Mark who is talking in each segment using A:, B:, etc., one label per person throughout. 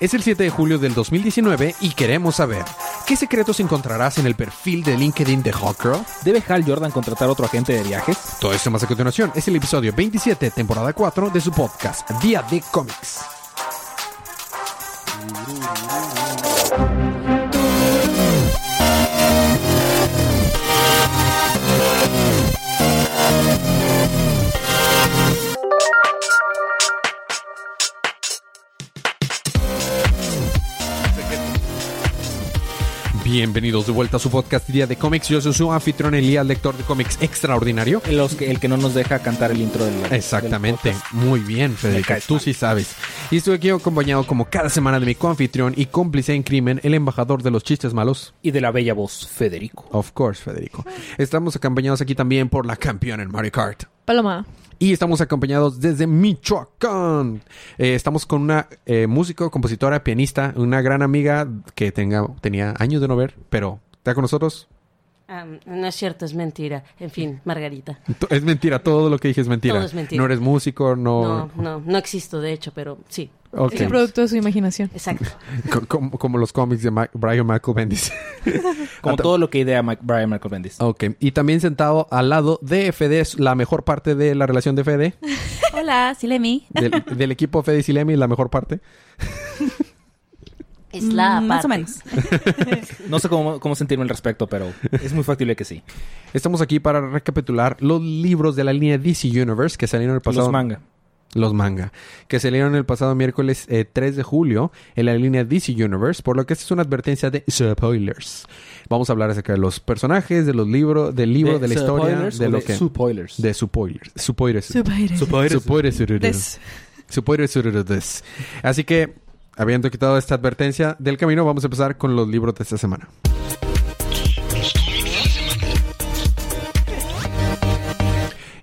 A: Es el 7 de julio del 2019 y queremos saber ¿qué secretos encontrarás en el perfil de LinkedIn de Hawkgirl?
B: ¿Debe Hal Jordan contratar a otro agente de viajes?
A: Todo esto más a continuación es el episodio 27, temporada 4 de su podcast Día de Cómics. Bienvenidos de vuelta a su podcast Día de Cómics. Yo soy su anfitrión Elías, lector de cómics extraordinario.
B: Los que- el que no nos deja cantar el intro del. del
A: Exactamente,
B: podcast.
A: muy bien,
B: Me
A: Federico,
B: caes
A: tú
B: mal.
A: sí sabes. Y estoy aquí acompañado como cada semana de mi coanfitrión y cómplice en crimen, el embajador de los chistes malos.
B: y de la bella voz, Federico.
A: Of course, Federico. Estamos acompañados aquí también por la campeona en Mario Kart.
C: Paloma.
A: Y estamos acompañados desde Michoacán. Eh, estamos con una eh, músico, compositora, pianista, una gran amiga que tenga, tenía años de no ver, pero está con nosotros.
D: Ah, no es cierto, es mentira. En fin, Margarita.
A: To- Es mentira, todo lo que dije es mentira.
D: Todo es mentira.
A: No eres músico, no...
D: No, no, no existo, de hecho, pero sí.
A: Ok.
C: Es un producto de su imaginación.
D: Exacto.
A: Co- como, como los cómics de Ma- Brian Michael Bendis.
B: Como
A: Ah, ta-
B: todo lo que idea Ma- Brian Michael Bendis.
A: Ok, y también sentado al lado de Fede, es la mejor parte de la relación de Fede,
E: Hola, Silemi.
A: del, del equipo Fede y Silemi, la mejor parte.
D: Es la
E: Mm, Más
D: parte.
E: o menos.
B: No sé cómo, cómo sentirme al respecto, pero es muy factible que sí.
A: Estamos aquí para recapitular los libros de la línea DC Universe que salieron el pasado...
B: Los manga.
A: Los manga. Que salieron el pasado miércoles eh, 3 de julio en la línea DC Universe, por lo que esta es una advertencia de spoilers. Vamos a hablar acerca de los personajes, de los libros, del libro, de, la historia,
B: spoilers
A: de
B: o
A: lo
B: de
A: que...
B: Spoilers.
A: de spoilers. Spoilers.
C: Super.
A: Spoilers.
C: Des.
A: Superior Sururudus. Así que, habiendo quitado esta advertencia del camino, vamos a empezar con los libros de esta semana.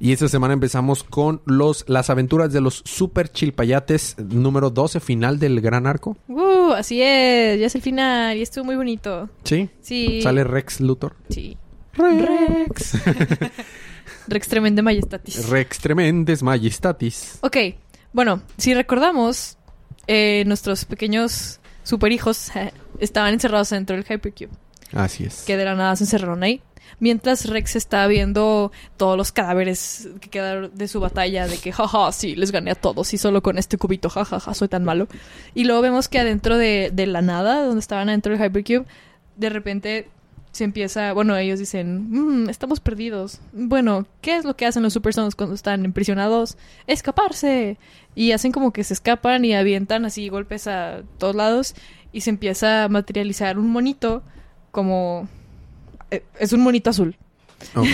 A: Y esta semana empezamos con los Las aventuras de los super chilpayates, número 12, final del gran arco.
C: Uh, así es, ya es el final y estuvo muy bonito.
A: Sí.
C: Sí.
A: Sale Rex Luthor.
C: Sí. Rex. Rex tremenda majestatis.
A: Rex tremendes majestatis.
C: ok, bueno, si recordamos, eh, nuestros pequeños superhijos eh, estaban encerrados dentro del Hypercube,
A: Así es.
C: que de la nada se encerraron ahí. Mientras Rex estaba viendo todos los cadáveres que quedaron de su batalla, de que jaja, sí, les gané a todos y solo con este cubito, jajaja, soy tan malo. Y luego vemos que adentro de, de la nada, donde estaban adentro del Hypercube, de repente se empieza, bueno, ellos dicen, "Mm, estamos perdidos. Bueno, ¿qué es lo que hacen los supersons cuando están imprisionados? Escaparse. Y hacen como que se escapan y avientan así golpes a todos lados y se empieza a materializar un monito como... eh, Es un monito azul.
A: Ok.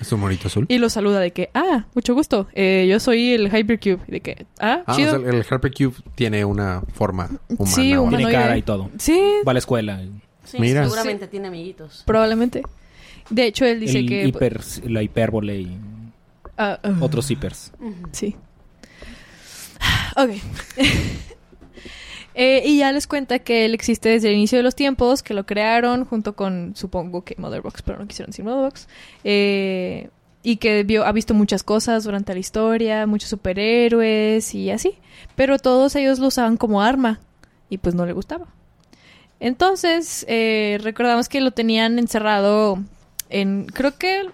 A: Es un monito azul.
C: Y lo saluda de que, ah, mucho gusto. eh, yo soy el Hypercube. Y de que, ah,
A: Ah, o
C: chido.
A: sea, el Harper Cube tiene una forma humana.
C: Sí,
A: o algo
B: Tiene
C: humanoide.
B: cara y todo.
C: Sí,
B: Va a la escuela.
D: Sí,
A: Mira.
D: seguramente tiene amiguitos.
C: probablemente. De hecho, él dice
B: El
C: que...
B: hiper- la hipérbole y
C: ah, ah.
B: otros hipers.
C: Sí. Ok. Eh, y ya les cuenta que él existe desde el inicio de los tiempos, que lo crearon junto con, supongo que Motherbox, pero no quisieron decir Motherbox. Eh, y que vio, ha visto muchas cosas durante la historia, muchos superhéroes y así. Pero todos ellos lo usaban como arma y pues no le gustaba. Entonces, eh, recordamos que lo tenían encerrado en, creo que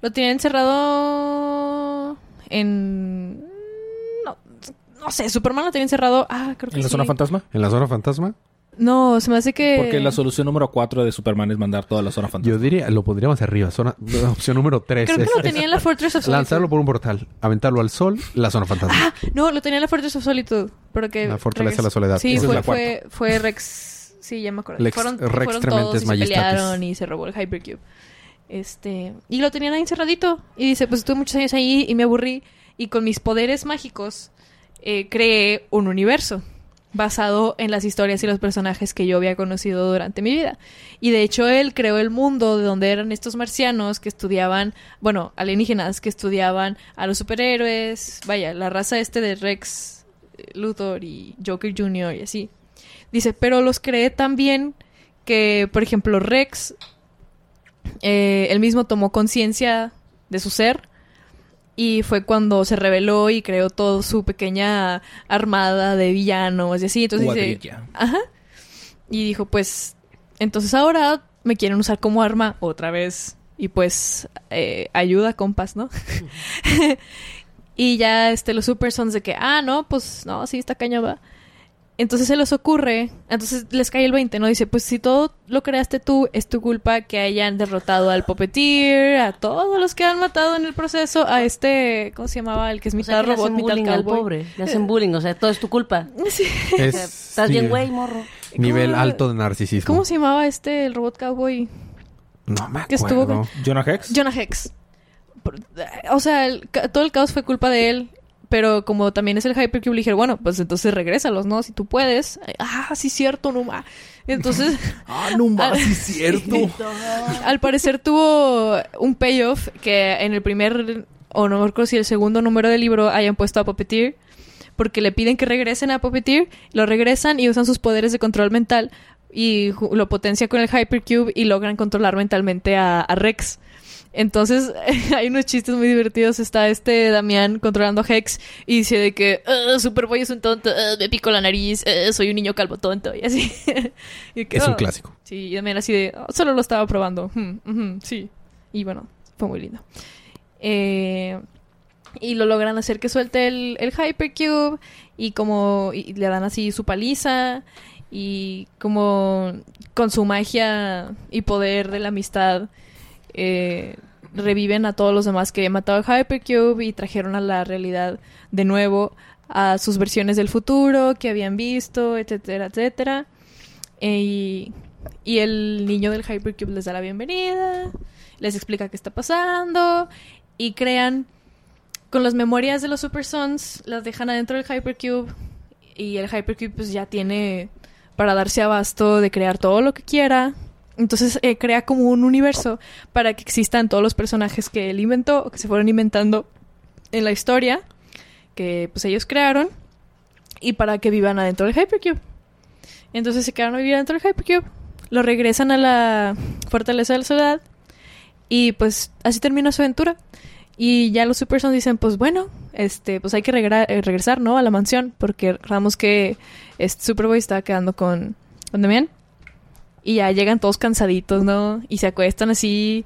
C: lo tenían encerrado en... No, no sé, Superman lo tenía encerrado... Ah, creo que
B: ¿En la
C: sí. Eh.
B: zona fantasma?
A: ¿En la zona fantasma?
C: No, se me hace que...
B: Porque la solución número 4 de Superman es mandar toda la zona fantasma.
A: Yo diría, lo pondríamos arriba. Zona, opción número 3.
C: Creo que lo tenía en la Ah, Fortress of Solitude.
A: lanzarlo por un portal, aventarlo al sol, la zona fantasma.
C: No, lo tenía en la Fortress of Solitude. Pero que
A: La Fortaleza de la
C: regresó.
A: Soledad.
C: Sí,
A: Esa es
C: fue,
A: la
C: fue, fue Rex... Sí, ya me acuerdo.
A: Lex-
C: fueron
A: Rex
C: fueron
A: Trementes
C: todos y se
A: Majestatis.
C: pelearon y se robó el Hypercube. Este, y lo tenían ahí encerradito. Y dice, pues estuve muchos años ahí y me aburrí. Y con mis poderes mágicos eh, creé un universo basado en las historias y los personajes que yo había conocido durante mi vida. Y de hecho él creó el mundo de donde eran estos marcianos que estudiaban, bueno, alienígenas que estudiaban a los superhéroes, vaya, la raza este de Rex eh, Luthor y Joker Jr. y así. Dice, pero los creé tan bien que, por ejemplo, Rex, eh, él mismo tomó conciencia de su ser Y fue cuando se reveló y creó toda su pequeña armada de villanos y así. Entonces dice, ah,
B: Cuadrilla.
C: ajá. Y dijo, pues, entonces ahora me quieren usar como arma otra vez. Y pues, eh, ayuda, compas, ¿no? y ya este, los Super Sons de que, ah, no, pues, no, sí, está caña va. Entonces se les ocurre, entonces les cae el 20, ¿no? Dice, pues si todo lo creaste tú, es tu culpa que hayan derrotado al Puppeteer, a todos los que han matado en el proceso, a este, ¿cómo se llamaba? El que es
D: O
C: mitad
D: sea, que le
C: robot,
D: hacen
C: mitad
D: bullying al
C: cowboy.
D: pobre. Le hacen bullying, o sea, todo es tu culpa.
C: Sí.
D: O sea, estás
A: sí,
D: bien güey, morro.
A: Nivel
C: ¿Cómo-
A: alto de narcisismo.
C: ¿Cómo se llamaba este, el robot cowboy?
A: No me acuerdo.
C: que estuvo con-
B: Jonah Hex.
C: Jonah Hex. Por- eh, O sea, el ca- todo el caos fue culpa de él. Pero como también es el Hypercube, le dijeron, bueno, pues entonces regrésalos, ¿no? Si tú puedes. Ah, sí, cierto, no ma. Entonces,
B: Ah, no
C: más,
B: sí es cierto.
C: al parecer tuvo un payoff que en el primer, o no me acuerdo si el segundo número del libro hayan puesto a Puppeteer. Porque le piden que regresen a Puppeteer, lo regresan y usan sus poderes de control mental. Y ju- lo potencia con el Hypercube y logran controlar mentalmente a, a Rex. Entonces, hay unos chistes muy divertidos. Está este Damián controlando a Hex y dice de que "Ah, Superboy es un tonto, ah, me pico la nariz, ah, soy un niño calvo tonto y así. Y que,
A: Es un
C: "Oh".
A: clásico.
C: Sí, y también así de, "Oh, solo lo estaba probando. Mm, ujú, sí. Y bueno, fue muy lindo. Eh, y lo logran hacer que suelte el, el Hypercube y como y le dan así su paliza y como con su magia y poder de la amistad eh, reviven a todos los demás que he matado el Hypercube y trajeron a la realidad de nuevo a sus versiones del futuro que habían visto, etcétera, etcétera. Eh, y, y el niño del Hypercube les da la bienvenida, les explica qué está pasando y crean con las memorias de los Super Sons, las dejan adentro del Hypercube y el Hypercube pues ya tiene para darse abasto de crear todo lo que quiera. Entonces eh, crea como un universo para que existan todos los personajes que él inventó o que se fueron inventando en la historia que pues ellos crearon y para que vivan adentro del Hypercube. Entonces se quedaron a vivir dentro del Hypercube, lo regresan a la Fortaleza de la Soledad y pues así termina su aventura. Y ya los Supersons dicen, pues bueno, este, pues hay que regra- eh, regresar, ¿no? A la mansión, porque recordamos que este Superboy estaba quedando con, con Damián. Y ya llegan todos cansaditos, ¿no? Y se acuestan así,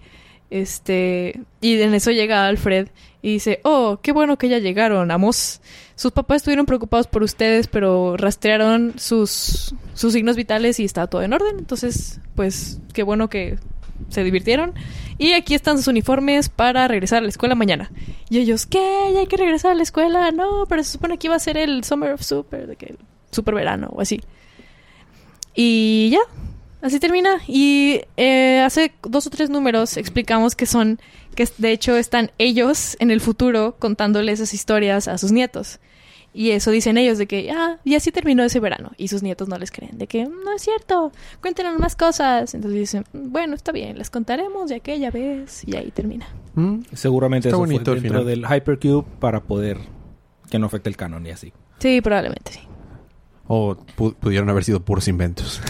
C: este... Y en eso llega Alfred y dice, oh, qué bueno que ya llegaron, amos. Sus papás estuvieron preocupados por ustedes, pero rastrearon sus, sus signos vitales y está todo en orden. Entonces, pues, qué bueno que se divirtieron. Y aquí están sus uniformes para regresar a la escuela mañana. Y ellos, ¿qué? ¿Ya hay que regresar a la escuela? No, pero se supone que iba a ser el Summer of Super, de que el super verano o así. Y ya, así termina. Y eh, hace dos o tres números explicamos que son, que de hecho están ellos en el futuro contándole esas historias a sus nietos. Y eso dicen ellos de que, ah, y así terminó ese verano. Y sus nietos no les creen, de que, no es cierto, cuéntenos más cosas. Entonces dicen, bueno, está bien, les contaremos ya que ya ves. Y ahí termina.
A: Mm,
B: Seguramente
A: Está
B: eso
A: bonito
B: fue
A: al
B: dentro
A: final.
B: del Hypercube para poder que no afecte el canon y así.
C: Sí, probablemente sí.
A: O pu- pudieron haber sido puros inventos.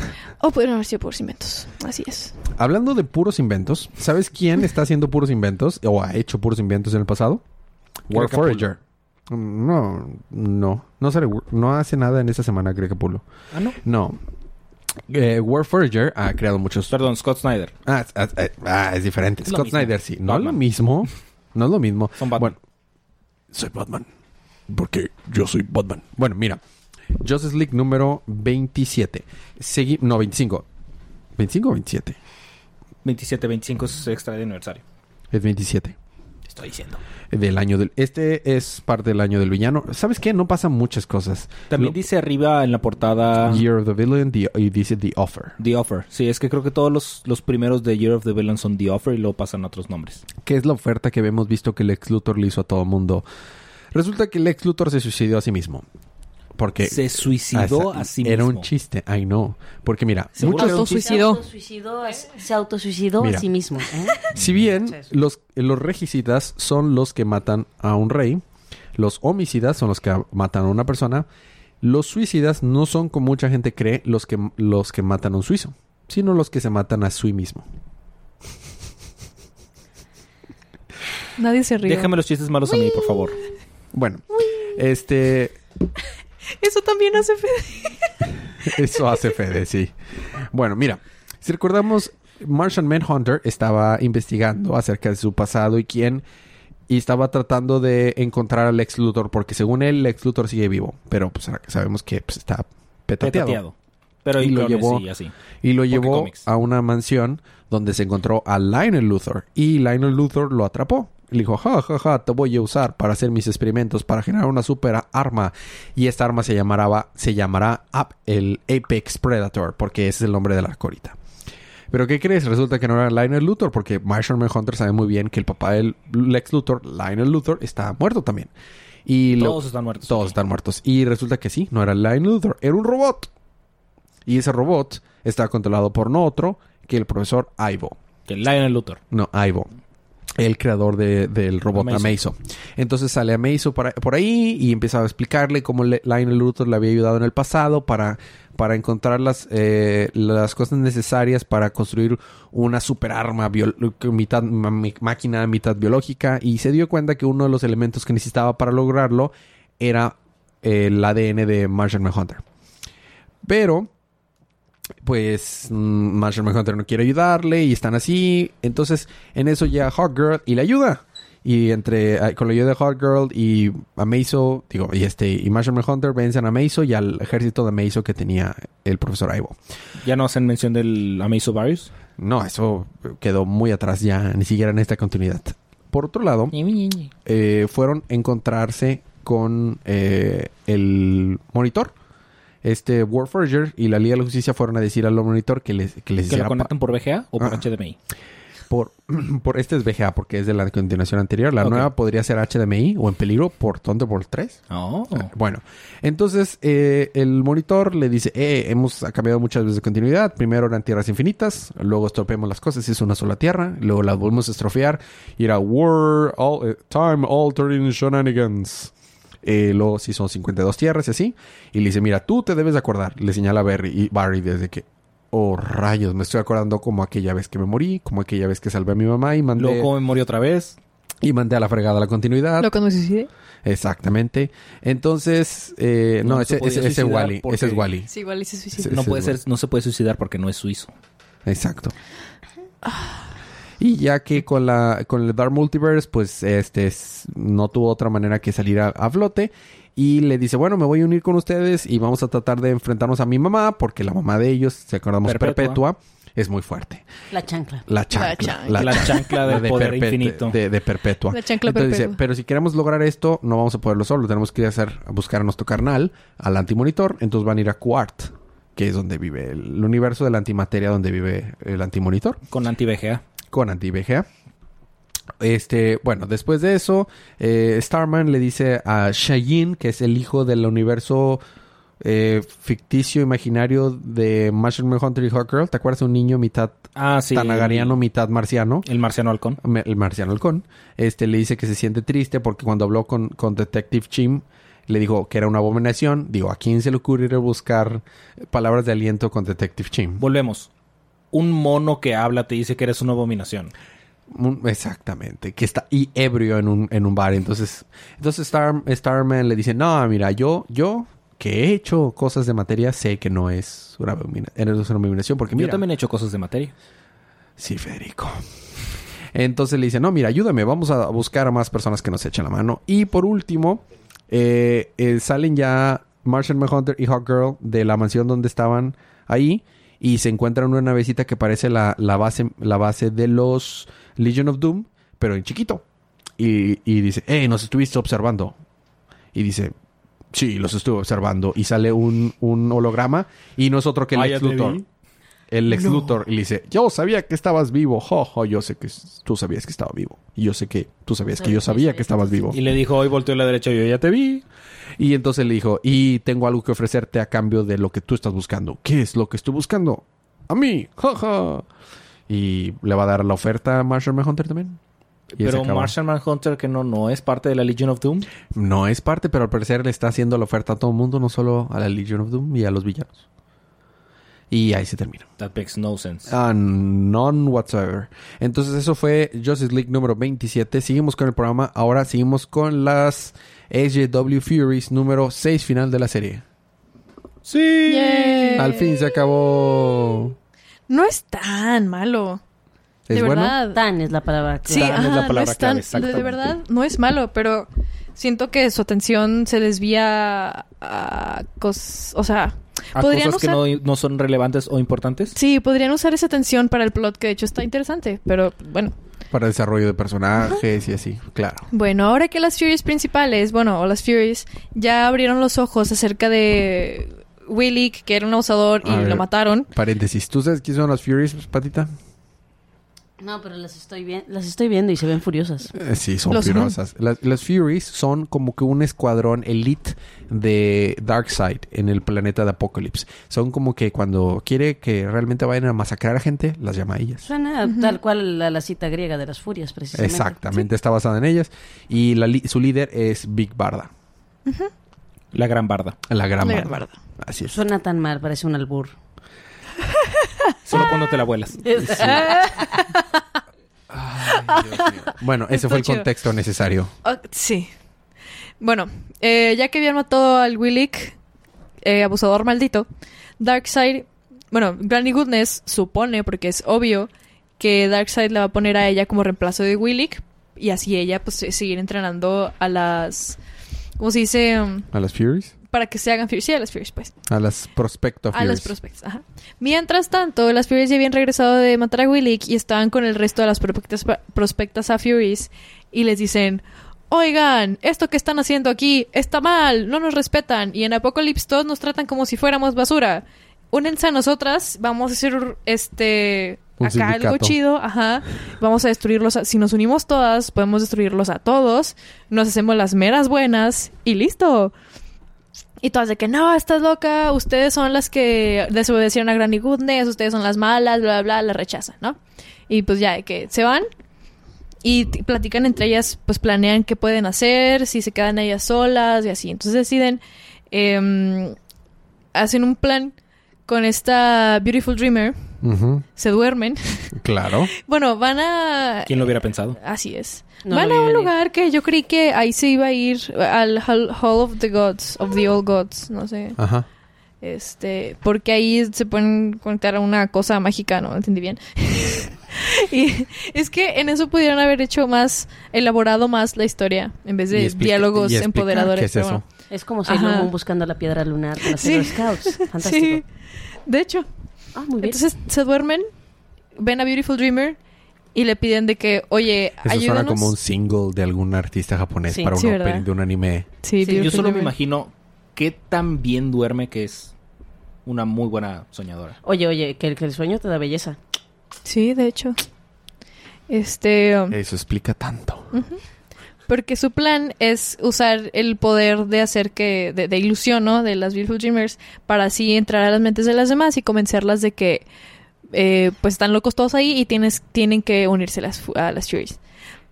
C: O pudieron haber sido puros inventos. Así es.
A: Hablando de puros inventos, ¿sabes quién está haciendo puros inventos o ha hecho puros inventos en el pasado? War
B: Greg Capullo.
A: Forager. Mm, No, no, no, sale- no hace nada en esta semana, Greg Capullo.
B: Ah, no.
A: No. Eh, War Forager ha creado muchos
B: Perdón, Scott Snyder.
A: Ah, es- ah, es- ah, es diferente.
B: Es lo
A: Scott
B: mismo.
A: Snyder sí. No es lo
B: Batman.
A: mismo. No es lo mismo.
B: Son Batman.
A: Bueno, soy Batman. Porque yo soy Batman. Bueno, mira. Justice League número 27. Segui- no, 25. ¿25 o 27?
B: 27, 25 es extra de aniversario.
A: Es 27.
B: Te estoy diciendo.
A: Del año del... Este es parte del año del villano. ¿Sabes qué? No pasan muchas cosas.
B: También
A: Lo-
B: dice arriba en la portada
A: Year of the Villain the- y dice The Offer.
B: The Offer. Sí, es que creo que todos los, los primeros de Year of the Villain son The Offer y luego pasan a otros nombres.
A: que es la oferta que hemos visto que el ex Luthor le hizo a todo mundo. Resulta que el ex Luthor se suicidó a sí mismo. Porque
B: Se suicidó
A: Esa-
B: a sí
A: Era
B: mismo.
A: un chiste, ay no. Porque mira,
B: Seguro
A: muchos-
B: era un chiste.
D: Se
C: Suicidó.
D: autosuicidó a, se autosuicidó
A: Mira.
D: a sí mismo. ¿eh?
A: si bien
D: Sí.
A: los, los regicidas son los que matan a un rey, los homicidas son los que matan a una persona, los suicidas no son, como mucha gente cree, los que, los que matan a un suizo, sino los que se matan a sí mismo.
C: Nadie se ríe.
B: Déjame los chistes malos a mí, por favor.
A: Bueno, este.
C: Eso también hace Fede.
A: Eso hace Fede, sí. Bueno, mira, si recordamos, Martian Manhunter estaba investigando acerca de su pasado y quién. Y estaba tratando de encontrar al ex Luthor, porque según él, el ex Luthor sigue vivo. Pero pues sabemos que pues, está petateado.
B: Petateado. Pero
A: Y
B: y
A: lo llevó-
B: sí, así.
A: Y lo llevó
B: cómics.
A: a una mansión donde se encontró a Lionel Luthor. Y Lionel Luthor lo atrapó. Le dijo, ja, ja, ja, te voy a usar para hacer mis experimentos, para generar una super arma. Y esta arma se llamará, se llamará Ap- el Apex Predator, porque ese es el nombre de la corita. Pero ¿qué crees? Resulta que no era Lionel Luthor, porque Martian Manhunter sabe muy bien que el papá del Lex Luthor, Lionel Luthor, está muerto también. Y lo-
B: Todos están muertos.
A: todos están muertos. Y resulta que sí, no era Line Luthor, era un robot. Y ese robot está controlado por no otro que el profesor Ivo.
B: Que Lionel Luthor.
A: No, Ivo. El creador de- del robot
B: Amazo.
A: Amazo. Entonces sale Amazo para- por ahí y empieza a explicarle cómo le- Lionel Luthor le había ayudado en el pasado para, para encontrar las, eh, las cosas necesarias para construir una superarma bio- mitad ma- mi- máquina, mitad biológica. Y se dio cuenta que uno de los elementos que necesitaba para lograrlo era el ADN de Martian Manhunter. Pero pues mm, Martian Manhunter no quiere ayudarle y están así. Entonces, en eso llega Hot Girl y le ayuda. Y entre eh, con la ayuda de Hot Girl y Amazo, digo, y este y Martian Manhunter vencen a Amazo y al ejército de Amazo que tenía el profesor Ivo.
B: Ya no hacen mención del Amazo Varius.
A: No, eso quedó muy atrás ya, ni siquiera en esta continuidad. Por otro lado, eh, fueron a encontrarse con eh, el monitor. Este Warforger y la Liga de la Justicia fueron a decir al monitor que les, que les
B: Que
A: hiciera
B: lo
A: pa-
B: conectan por VGA o por
A: Ah.
B: HDMI.
A: por, por este es VGA porque es de la continuación anterior. La
B: Ok.
A: nueva podría ser HDMI o en peligro por Thunderbolt 3.
B: Oh.
A: Ah, Bueno, entonces eh, el monitor le dice, eh, hemos cambiado muchas veces de continuidad. Primero eran tierras infinitas, luego estropeamos las cosas y es una sola tierra, luego las volvemos a estropear y era War, all- eh, Time Altering Shenanigans. Eh, luego sí son 52 tierras y así. Y le dice, mira, tú te debes de acordar. Le señala a Barry y Barry desde que... Oh, rayos, me estoy acordando como aquella vez que me morí, como aquella vez que salvé a mi mamá y mandé,
B: Luego me morí otra vez.
A: y mandé a la fregada la continuidad.
C: Lo que me suicidé.
A: Exactamente. Entonces, eh, no,
B: No se
A: ese,
B: podía
A: ese- ese es
B: suicidar
A: Wally.
B: porque-
A: Ese es Wally.
C: Sí, igual hice suicidio.
A: Sí.
B: No
A: Ese
B: puede
A: es
B: ser, no se puede suicidar porque no es suizo.
A: Exacto. Y ya que con la con el Dark Multiverse, pues este es- no tuvo otra manera que salir a, a flote. Y le dice, bueno, me voy a unir con ustedes y vamos a tratar de enfrentarnos a mi mamá, porque la mamá de ellos, si acordamos, perpetua,
B: Perpetua.
A: es muy fuerte.
D: La chancla.
A: La chancla.
C: chancla.
B: La, chancla del poder
A: perpet-
B: infinito.
A: De, de perpetua.
C: La chancla
A: Entonces dice,
C: perpetua.
A: pero si queremos lograr esto, no vamos a poderlo solo. Tenemos que ir a, hacer, a buscar a nuestro carnal, al antimonitor. Entonces van a ir a Quart, que es donde vive el, el universo de la antimateria, donde vive el antimonitor,
B: Con anti-VGA.
A: con anti-VGA. Este, bueno, después de eso, eh, Starman le dice a Shayin, que es el hijo del universo eh, ficticio imaginario de Martian Manhunter y Hawkgirl. ¿Te acuerdas? Un niño mitad
B: Ah, sí.
A: tanagariano, mitad marciano.
B: El marciano halcón.
A: Me- el marciano halcón, este le dice que se siente triste porque cuando habló con, con Detective Chim, le dijo que era una abominación. Digo, ¿a quién se le ocurriría buscar palabras de aliento con Detective Chim?
B: Volvemos. Un mono que habla te dice que eres una abominación.
A: Un- exactamente, que está y ebrio en un, en un bar. Entonces, entonces Star- Starman le dice, no, mira, yo, yo que he hecho cosas de materia, sé que no es una, abomina- es una abominación porque mira,
B: Yo también he hecho cosas de materia.
A: Sí, Federico. Entonces le dice, no, mira, ayúdame, vamos a buscar a más personas que nos echen la mano. Y por último, eh, eh, salen ya Martian Manhunter y Hawkgirl de la mansión donde estaban ahí y se encuentran una navecita que parece la, la base, la base de los Legion of Doom, pero en chiquito. Y, y dice, hey, nos estuviste observando. Y dice, sí, los estuve observando. Y sale un, un holograma y no es otro que el
B: Ah, ya
A: Lex
B: te
A: Luthor.
B: vi.
A: El Lex Luthor y le dice, yo sabía que estabas vivo, jojo, yo sé que s- tú sabías que estaba vivo. Y yo sé que tú sabías que yo sabía que estabas vivo.
B: Y le dijo, hoy volteo a la derecha, yo ya te vi.
A: Y entonces le dijo, y tengo algo que ofrecerte a cambio de lo que tú estás buscando. ¿Qué es lo que estoy buscando? A mí, jaja. Y le va a dar la oferta a Marshall Manhunter también. Y ahí se
B: Pero
A: acaba.
B: Martian Manhunter, que no, no es parte de la Legion of Doom.
A: No es parte, pero al parecer le está haciendo la oferta a todo el mundo, no solo a la Legion of Doom y a los villanos. Y ahí se termina.
B: That makes no sense.
A: Ah, none whatsoever. Entonces eso fue Justice League número 27. Seguimos con el programa. Ahora seguimos con las SJW Furies número 6 final de la serie.
B: Sí.
C: Yay.
A: Al fin se acabó.
C: No es tan malo.
A: ¿Es
C: de
A: bueno?
C: verdad.
D: Tan es la palabra.
C: Sí,
B: Tan es la
C: ajá, no
B: palabra
C: es tan-
B: clave,
C: de- de
B: exactamente.
C: verdad, no es malo, pero siento que su atención se desvía a cosas, o sea,
B: ¿A
C: podrían
B: cosas que
C: usar-
B: no, no son relevantes o importantes?
C: sí, podrían usar esa atención para el plot que de hecho está interesante, pero bueno.
A: Para desarrollo de personajes y así, claro.
C: Bueno, ahora que las Furies principales, bueno, o las Furies, ya abrieron los ojos acerca de Willy, que era un abusador y
A: A ver.
C: lo mataron.
A: Paréntesis, ¿tú sabes quiénes son las Furies, Patita?
D: No, pero las estoy, vi- las estoy viendo y se ven furiosas.
A: Eh, sí, son
C: Lo son.
A: furiosas. Las, las Furies son como que un escuadrón elite de Darkseid en el planeta de Apocalypse. Son como que cuando quiere que realmente vayan a masacrar a gente, las llama a ellas.
C: Ah,
D: Suena tal cual a la cita griega de las furias, precisamente.
A: Exactamente, está basada en ellas. Y la li- su líder es Big Barda,
B: La gran barda.
A: la gran
C: La
A: Barda.
C: gran Barda.
A: Así es.
D: Suena tan mal, parece un albur.
C: Ah.
B: Solo cuando te la vuelas.
A: Bueno, ese
C: Está
A: fue el
C: chido.
A: contexto necesario.
C: Ah, sí. Bueno, eh, ya que habían matado al Willick, eh, abusador maldito, Darkseid, bueno, Granny Goodness supone, porque es obvio, que Darkseid la va a poner a ella como reemplazo de Willick y así ella pues se- seguir entrenando a las, ¿cómo se dice? Mm,
A: ¿A las Furies?
C: Para que se hagan Furies, sí, a las Furies pues.
A: A las Prospecto
C: A
A: Furies.
C: los prospectos, ajá. Mientras tanto, las Furies ya habían regresado de matar a Willick y estaban con el resto de las prospectas, prospectas a Furies y les dicen, oigan, esto que están haciendo aquí está mal, no nos respetan y en Apocalypse todos nos tratan como si fuéramos basura. Únense a nosotras, vamos a hacer este...
A: Un
C: acá algo
A: sindicato.
C: chido, ajá. Vamos a destruirlos. a- si nos unimos todas, podemos destruirlos a todos. Nos hacemos las meras buenas y listo. Y todas de que, no, estás loca, ustedes son las que desobedecieron a Granny Goodness, ustedes son las malas, bla, bla, bla, la rechazan, ¿no? Y pues ya, de que se van y t- platican entre ellas, pues planean qué pueden hacer, si se quedan ellas solas y así. Entonces deciden, em, hacen un plan con esta Beautiful Dreamer,
A: Ujú,
C: se duermen.
A: Claro.
C: bueno, van a...
B: ¿Quién lo hubiera pensado?
C: Así es.
D: No
C: Van
D: lo
C: a
D: vi
C: un
D: venir.
C: lugar que yo creí que ahí se iba a ir al Hall, Hall of the Gods, of the Old Gods, no sé.
A: Ajá.
C: Este, porque ahí se pueden conectar a una cosa mágica, no entendí bien. y es que en eso pudieron haber hecho más, elaborado más la historia, en vez
A: Y
C: de
A: explica-
C: diálogos
A: y explica
C: empoderadores.
A: qué es
C: pero
A: eso.
C: bueno.
D: Es como Sailor
C: Ajá.
D: Moon buscando la piedra lunar de los
C: Sí.
D: Hero Scouts. Fantástico.
C: Sí, de hecho.
D: Ah, muy bien.
C: Entonces se duermen, ven a Beautiful Dreamer y le piden de que, oye,
A: Eso suena
C: ayúdanos.
A: como un single de algún artista japonés
D: Sí.
A: para un
C: Sí,
A: opening
C: ¿verdad?
A: de un anime.
C: Sí,
B: Yo
C: Beautiful
B: solo me
C: Dreamer.
B: imagino qué tan bien duerme que es una muy buena soñadora.
D: Oye, oye, que el, que el sueño te da belleza.
C: Sí, de hecho. Este,
A: Eso explica tanto.
C: porque su plan es usar el poder de hacer que, de, de ilusión, ¿no? De las Beautiful Dreamers, para así entrar a las mentes de las demás y convencerlas de que, eh, pues están locos todos ahí y tienes, tienen que unirse las fu- a las Furies.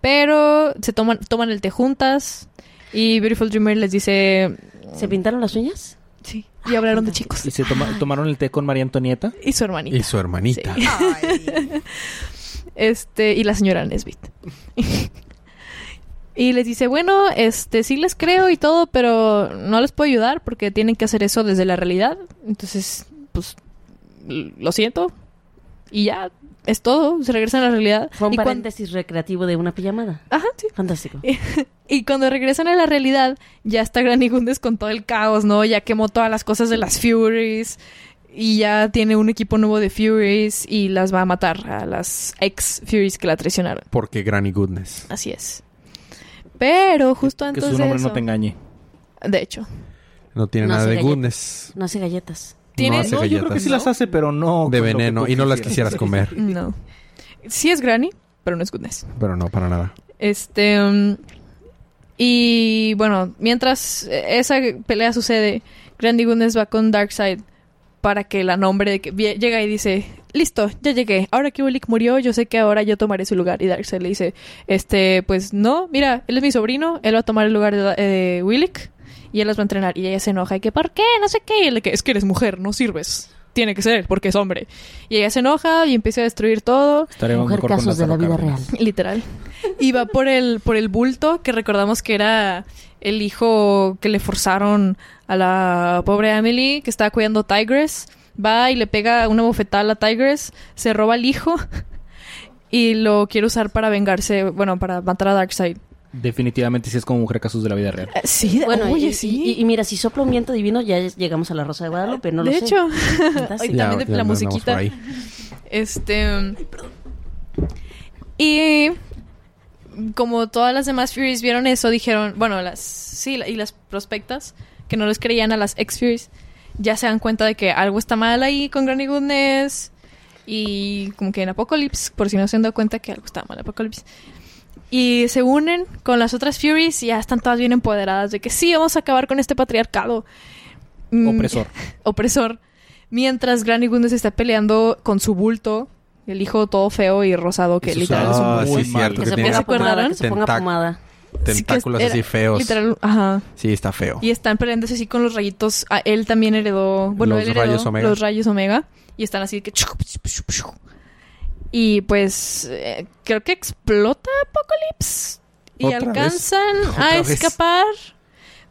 C: Pero se toman, toman el té juntas y Beautiful Dreamer les dice,
A: Mm.
D: ¿Se pintaron las uñas?
C: sí, y hablaron de chicos
B: ¿Y se toma- tomaron el té con María Antonieta?
C: y su hermanita.
A: Y su hermanita.
C: Sí. Ah. este, y la señora Nesbit. y les dice, bueno, este, sí les creo y todo, pero no les puedo ayudar porque tienen que hacer eso desde la realidad. Entonces, pues, l- lo siento. Y ya, es todo, se regresan a la realidad.
D: Fue un
C: y, Eh. cuan-
D: paréntesis recreativo de una pijamada.
C: Ajá, sí.
D: Fantástico.
C: Y cuando regresan a la realidad, ya está Granny Gundes con todo el caos, ¿no? Ya quemó todas las cosas de las Furies. Y ya tiene un equipo nuevo de Furies y las va a matar a las ex Furies que la traicionaron.
A: Porque Granny Goodness.
C: Así es. Pero justo
B: Que
C: antes
B: su nombre
C: de eso,
B: no te engañe.
C: de hecho,
A: No tiene
D: No
A: nada
D: hace
A: de
D: galletas.
A: goodness.
D: No hace galletas.
C: Tiene-
A: no hace
C: No,
B: yo creo que
A: galletas
B: sí las hace, pero no.
A: de
B: con lo que
A: veneno
B: tú
A: y no las quisieras comer.
C: no. Sí es Granny, pero no es Goodness.
A: Pero no, para nada.
C: Este mm, y bueno, mientras eh, esa pelea sucede, Granny Goodness va con Darkseid para que la nombre de que vie- llega y dice, "Listo, ya llegué. Ahora que Ulick murió, yo sé que ahora yo tomaré su lugar." Y Darkseid le dice, "Este, pues no, mira, él es mi sobrino, él va a tomar el lugar de, Da- eh, de Willick." Y él las va a entrenar. Y ella se enoja. Y que, ¿por qué? No sé qué. Y él de que, es que eres mujer, no sirves. tiene que ser él porque es hombre. Y ella se enoja y empieza a destruir todo.
B: Estaremos
F: Mujer
B: mejor con
F: casos de la
B: Lázaro
F: vida real.
B: Cárdenas.
C: Literal. Y va por el, por el bulto, que recordamos que era el hijo que le forzaron a la pobre Emily, que estaba cuidando a Tigress. Va y le pega una bofetada a la Tigress, se roba al hijo y lo quiere usar para vengarse, bueno, para matar a Darkseid.
D: Eh,
B: Definitivamente sí es como mujer casos de la vida real.
C: Eh, Sí,
D: Bueno,
C: oye,
D: y,
C: sí.
D: y- y mira, si sopla un viento divino, ya llegamos a la Rosa de Guadalupe, no lo
C: de
D: sé.
C: hecho,
D: Fantástico.
C: Ay, también de la
A: andamos por
C: musiquita.
A: ahí.
C: Este. Y. Como todas las demás Furies vieron eso, dijeron. Bueno, las. Sí, la- y las prospectas, que no les creían a las ex Furies, ya se dan cuenta de que algo está mal ahí con Granny Goodness. Y como que en Apocalypse, por si no se han dado cuenta que algo está mal en Apocalypse. Y se unen con las otras Furies y ya están todas bien empoderadas de que sí, vamos a acabar con este patriarcado. Mm,
B: Opresor.
C: opresor. Mientras Granny Goodness está peleando con su bulto, el hijo todo feo y rosado que
B: Y sus
C: literal es
A: Ah,
C: un
A: sí,
B: muy
A: es
B: mal.
A: cierto.
D: Que,
A: Que,
D: se
A: tiene
D: ponga
C: ¿Se acordaron?
D: pomada, que se ponga
A: Tentac-
D: pomada.
A: tentáculos
C: Sí, que
A: así
C: era-
A: feos.
C: Literal, ajá.
A: Sí, está feo.
C: Y están peleándose así con los rayitos. Ah, él también heredó, bueno,
A: Los
C: él heredó
A: rayos omega.
C: los rayos omega y están así que chuc, psh, psh, psh. y pues eh, creo que explota Apocalypse y
A: ¿Otra vez?
C: alcanzan a
A: ¿Otra vez?
C: escapar.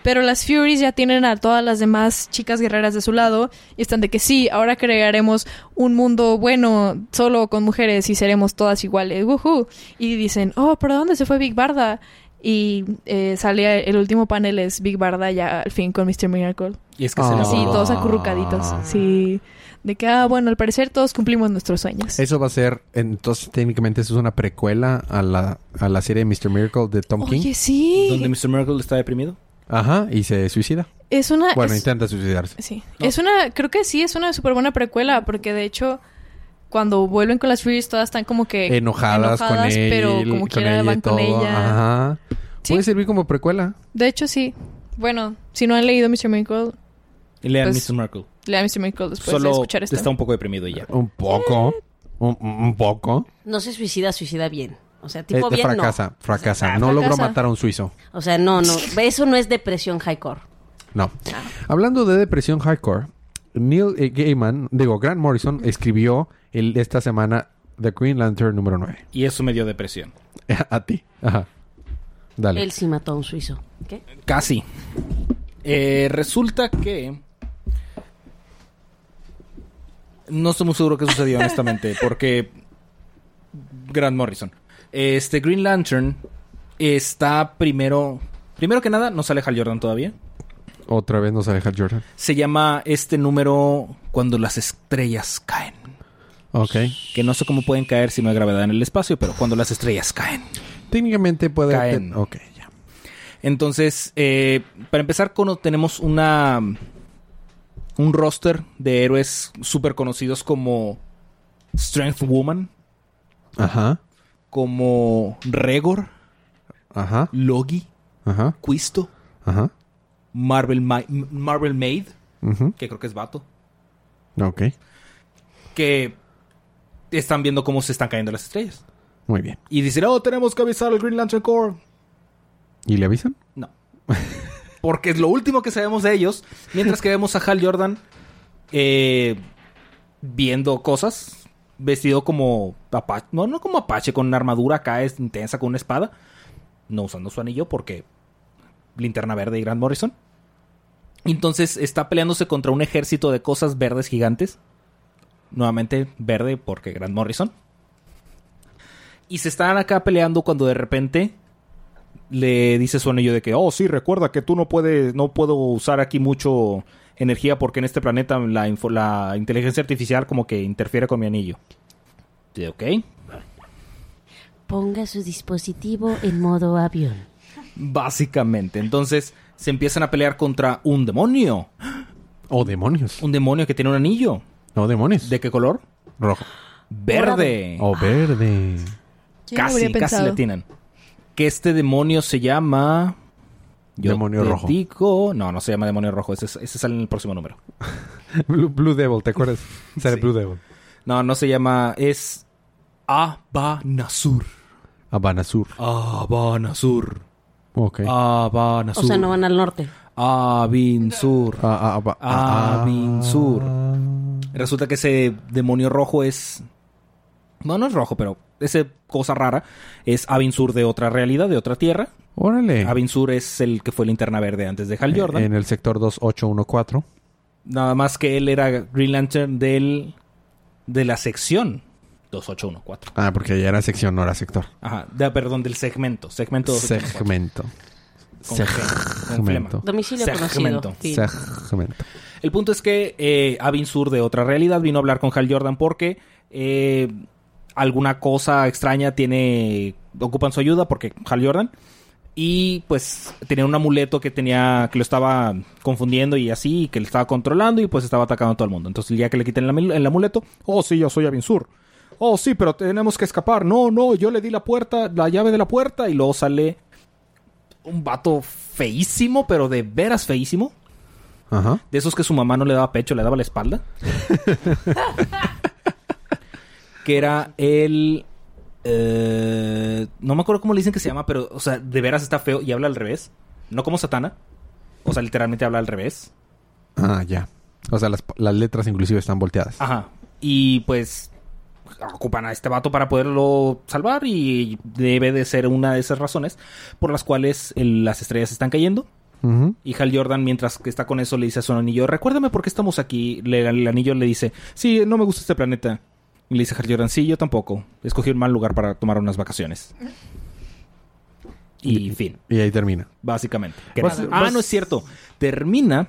C: Pero las Furies ya tienen a todas las demás chicas guerreras de su lado y están de que sí, ahora crearemos un mundo bueno solo con mujeres y seremos todas iguales. ¡Woohoo! Y dicen, oh, ¿pero dónde se fue Big Barda? Y eh, sale el último panel es Big Barda ya al fin con Mr. Miracle.
B: Y es que se la
A: Ah.
C: Sí,
B: voló.
C: todos acurrucaditos. Sí. De que, ah, bueno, al parecer todos cumplimos nuestros sueños.
A: Eso va a ser, entonces técnicamente eso es una precuela a la, a la serie de Mr. Miracle de Tom King.
C: Oye, sí.
B: Donde Mr. Miracle está deprimido.
A: Ajá, y se suicida.
C: Es una...
A: Bueno,
C: Ah, es-
A: intenta suicidarse.
C: Sí.
B: No.
C: Es una, creo que sí, es una súper buena precuela, porque de hecho, cuando vuelven con las Furies, todas están como que
A: Enojadas, con él,
C: pero como
A: con
C: quiera
A: ella y
C: van con
A: todo.
C: ella.
A: Ajá.
C: Sí.
A: Puede servir como precuela.
C: De hecho, sí. Bueno, si no han leído Mr. Miracle,
B: Y lean
C: Pues,
B: Mr. Miracle.
C: lea Mr. Miracle después de
B: Solo
C: escuchar esto.
B: está un poco deprimido y ya.
A: Un poco.
C: Mm.
A: Un, un poco.
D: No se suicida, suicida bien. O sea,
A: Eh,
D: tipo bien no.
A: fracasa, fracasa.
C: Ah,
A: no logró
C: fracasa.
A: matar a un suizo.
D: O sea, no, no. Eso no es depresión highcore.
A: No. Hablando de depresión hardcore, Neil eh, Gaiman, digo, Grant Morrison, escribió el, esta semana The Green Lantern número 9.
B: Y eso me dio depresión.
A: a ti. Ajá. Dale.
D: Él sí mató a un suizo. ¿Qué?
B: Casi. Eh, resulta que... No estoy muy seguro qué sucedió, honestamente, porque... Grant Morrison. Este Green Lantern está primero... Primero que nada, no sale Hal Jordan todavía.
A: Otra vez nos aleja Jordan.
B: Se llama este número Cuando las estrellas caen.
A: Ok.
B: Que no sé cómo pueden caer si no hay gravedad en el espacio, pero cuando las estrellas caen.
A: Técnicamente puede...
B: Caen.
A: te- Ok, ya.
B: Entonces, eh, para empezar, cono- tenemos una un roster de héroes súper conocidos como Strength Woman,
A: Ajá.
B: como Regor,
A: Ajá.
B: Logi,
A: Ajá.
B: Quisto,
A: Ajá.
B: Marvel, Ma- Marvel Maid,
A: Ujú.
B: que creo que es vato,
A: Ok.
B: que están viendo cómo se están cayendo las estrellas.
A: Muy bien.
B: Y dicen, oh, tenemos que avisar al Green Lantern Corps.
A: ¿Y le avisan?
B: No. Porque es lo último que sabemos de ellos. Mientras que vemos a Hal Jordan eh, viendo cosas. Vestido como Apache. No, no como Apache, con una armadura acá es intensa, con una espada. No usando su anillo porque linterna verde y Grant Morrison. Entonces está peleándose contra un ejército de cosas verdes gigantes. Nuevamente verde porque Grant Morrison. Y se están acá peleando cuando de repente le dice su anillo de que, oh, sí, recuerda que tú no puedes, no puedo usar aquí mucho energía porque en este planeta la, info- la inteligencia artificial como que interfiere con mi anillo. De, ok.
F: Ponga su dispositivo en modo avión.
B: Básicamente. Entonces se empiezan a pelear contra un demonio.
A: Oh, demonios.
B: Un demonio que tiene un anillo.
A: No, demonios.
B: ¿De qué color?
A: Rojo.
B: Verde.
A: Oh, verde.
C: ¿Quién
B: casi,
C: habría
B: casi
C: pensado?
B: le atinan. Que este demonio se llama...
A: Demonio
B: te
A: rojo.
B: digo- No, no se llama demonio rojo. Ese, ese sale en el próximo número.
A: Blue, Blue Devil, ¿te acuerdas? Sale Blue Devil.
B: No, no se llama. Es Abanasur.
A: Habana Sur.
B: Abanasur.
A: Ok.
B: Abanasur.
D: O sea, no van al norte.
B: Abinsur.
A: Ah, ah, ah, ah, ah.
B: Abinsur. Resulta que ese demonio rojo es. Bueno, no es rojo, pero esa cosa rara es Avinsur de otra realidad, de otra tierra.
A: Órale.
B: Avinsur es el que fue linterna verde antes de Hal
A: Eh,
B: Jordan.
A: En el sector 2814.
B: Nada más que él era Green Lantern del, de la sección 2814.
A: Ah, porque ya era sección, no era sector.
B: Ajá, de- perdón, del segmento. Segmento. 2814.
A: Segmento.
B: Con G, con flema.
A: Segmento.
D: Domicilio
B: Segmento.
D: conocido. Sí.
A: Segmento.
B: El punto es que eh, Avin Sur de otra realidad vino a hablar con Hal Jordan porque eh, alguna cosa extraña tiene. ocupan su ayuda porque Hal Jordan. Y pues tenía un amuleto que tenía. que lo estaba confundiendo y así, que le estaba controlando y pues estaba atacando a todo el mundo. Entonces, el día que le quiten el, amul- el amuleto, oh sí, yo soy Avin Sur. Oh sí, pero tenemos que escapar. No, no, yo le di la puerta, la llave de la puerta. Y luego sale un vato feísimo, pero de veras feísimo.
A: Ajá.
B: De esos que su mamá no le daba pecho, le daba la espalda. que era el... eh, no me acuerdo cómo le dicen que se llama, pero, o sea, de veras está feo y habla al revés. No como Satana. O sea, literalmente habla al revés.
A: Ah, ya. O sea, las, las letras inclusive están volteadas.
B: Ajá. Y pues ocupan a este vato para poderlo salvar y debe de ser una de esas razones por las cuales el- las estrellas están cayendo.
A: Ujú.
B: Y Hal Jordan, mientras que está con eso, le dice a su anillo, recuérdame por qué estamos aquí. Le- el anillo le dice, sí, no me gusta este planeta. Y le dice Hal Jordan, sí, yo tampoco. Escogí un mal lugar para tomar unas vacaciones. Y fin,
A: Y ahí termina.
B: básicamente. Que
A: Vas-
B: nada. ah,
A: vas-
B: no es cierto. Termina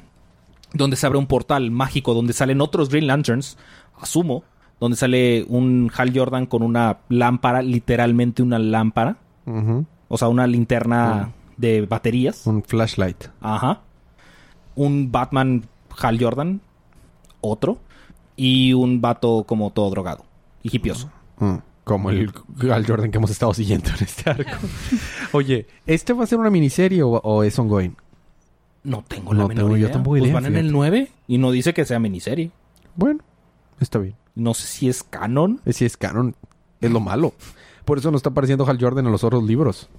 B: donde se abre un portal mágico donde salen otros Green Lanterns, asumo, donde sale un Hal Jordan con una lámpara, literalmente una lámpara.
A: Ujú.
B: O sea, una
A: Ah.
B: linterna de baterías.
A: Un flashlight.
B: Ajá. Un Batman Hal Jordan. Otro. Y un vato como todo drogado. Y hipioso.
A: Mm, Como el Al Jordan que hemos estado siguiendo en este arco. Oye, ¿este va a ser una miniserie o, o es ongoing?
B: No tengo la
A: No
B: menor
A: tengo yo
B: idea.
A: tampoco
B: Pues
A: idea,
B: van en
A: fíjate.
B: el 9 y no dice que sea miniserie.
A: Bueno, está bien.
B: No sé si es canon.
A: Eh, Si es canon, es lo malo. Por eso no está apareciendo Hal Jordan en los otros libros.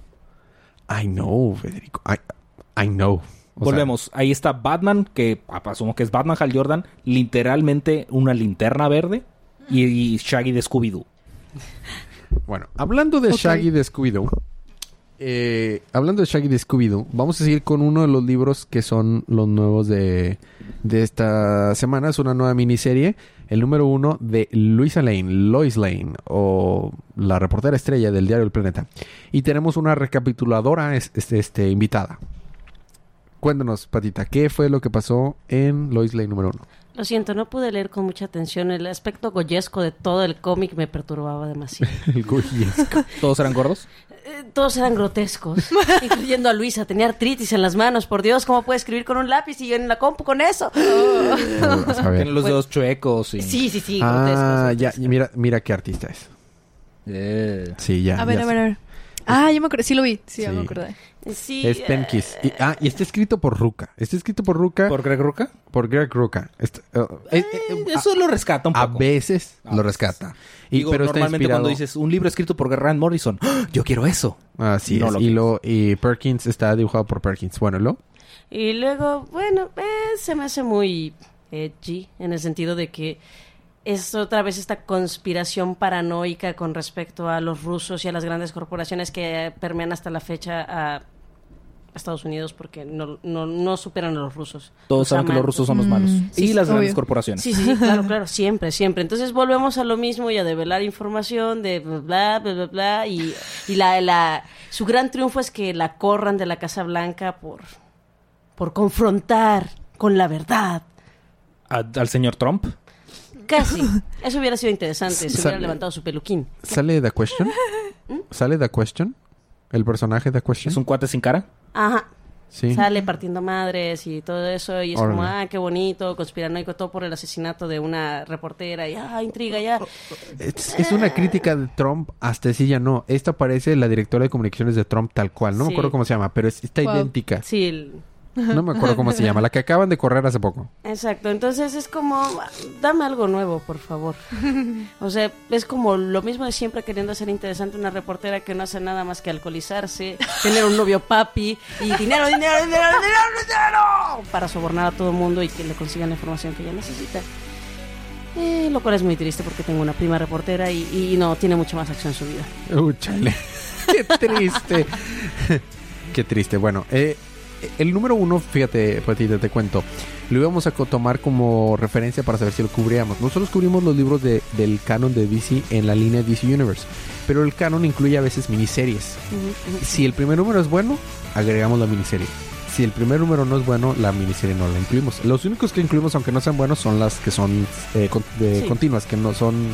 A: I know, Federico. I, I know. O sea,
B: Volvemos. Ahí está Batman, que ah, asumo que es Batman Hal Jordan. Literalmente una linterna verde. Y, y Shaggy de Scooby-Doo.
A: bueno, hablando de Shaggy de Scooby-Doo. eh, hablando de Shaggy de Scooby-Doo, vamos a seguir con uno de los libros que son los nuevos de, de esta semana. Es una nueva miniserie. El número uno de Luisa Lane, Lois Lane, o la reportera estrella del diario El Planeta. Y tenemos una recapituladora es- este- este, invitada. Cuéntanos, Patita, ¿qué fue lo que pasó en Lois Lane número uno?
D: Lo siento, no pude leer con mucha atención. El aspecto goyesco de todo el cómic me perturbaba demasiado.
A: El goyesco.
B: ¿Todos eran gordos?
D: Eh, Todos eran grotescos, incluyendo a Luisa. Tenía artritis en las manos. Por Dios, ¿cómo puede escribir con un lápiz y yo en la compu con eso?
A: Oh. A saber.
B: Tienen los dedos chuecos y...
D: Sí, sí, sí,
A: Ah,
D: grotescos.
A: ya, y mira, mira qué artista es.
B: Eh.
A: Sí, ya.
C: A ver,
A: ya
C: a
A: sé.
C: ver, a ver. Ah, yo me acordé. Sí lo vi. Sí, ya me
A: Sí.
C: acordé.
D: Sí, eh,
A: Es Penkis. Y- ah, y está escrito por Ruca. Está escrito por Ruca, por,
B: ¿Por Greg Ruca?
A: Greg Ruca. Está- uh, eh, eh, eh,
B: Eso lo rescata un
A: a, a
B: poco.
A: veces
B: ah, A
A: lo
B: veces.
A: rescata. Y,
B: Digo,
A: pero está
B: normalmente
A: inspirado-
B: cuando dices un libro escrito por Grant Morrison, ¡Ah! yo quiero eso.
A: Así
B: No
A: es.
B: lo
A: y, lo, y Perkins está dibujado por Perkins. Bueno, ¿lo?
D: Y luego, bueno, eh, se me hace muy edgy en el sentido de que es otra vez esta conspiración paranoica con respecto a los rusos y a las grandes corporaciones que permean hasta la fecha a Estados Unidos porque no, no, no superan a los rusos.
B: Todos
D: Los
B: saben que
D: aman.
B: los rusos son los malos.
C: Mm,
B: y
C: sí,
B: las grandes
C: obvio.
B: corporaciones.
D: Sí, sí, sí, claro, claro, siempre, siempre. Entonces volvemos a lo mismo y a develar información de bla, bla, bla, bla, bla. Y, y la, la, su gran triunfo es que la corran de la Casa Blanca por, por confrontar con la verdad.
B: A- al señor Trump.
D: Casi. Eso hubiera sido interesante, si hubiera
A: Sale.
D: levantado su peluquín.
A: ¿Sale The Question? ¿Sale The Question? ¿El personaje The Question?
B: Es un cuate sin cara.
D: Ajá.
A: Sí.
D: Sale partiendo madres y todo eso, y es como,
A: Órale.
D: ah, qué bonito, conspiranoico, todo por el asesinato de una reportera, y ah, intriga, ya.
A: Es, es una crítica de Trump hasta si ya no. Esta parece la directora de comunicaciones de Trump tal cual. No me
D: Sí.
A: acuerdo cómo se llama, pero es- está
C: Wow.
A: idéntica.
D: Sí, el-
A: No me acuerdo cómo se llama. La que acaban de correr hace poco.
D: Exacto, entonces es como, dame algo nuevo, por favor. O sea, es como lo mismo de siempre queriendo hacer interesante una reportera que no hace nada más que alcoholizarse, tener un novio papi y dinero, dinero, dinero, dinero, dinero, para sobornar a todo el mundo y que le consigan la información que ella necesita. Eh, lo cual es muy triste porque tengo una prima reportera y, y no tiene mucha más acción en su vida.
A: Uh, chale. Qué triste. Qué triste. Bueno, eh, el número uno, fíjate, Patita, te cuento. Lo íbamos a co- tomar como referencia para saber si lo cubríamos. Nosotros cubrimos los libros de- del canon de DC en la línea DC Universe. Pero el canon incluye a veces miniseries. Si el primer número es bueno, agregamos la miniserie. Si el primer número no es bueno, la miniserie no la incluimos. Los únicos que incluimos, aunque no sean buenos, son las que son eh, con- de-
D: Sí.
A: continuas, que no son,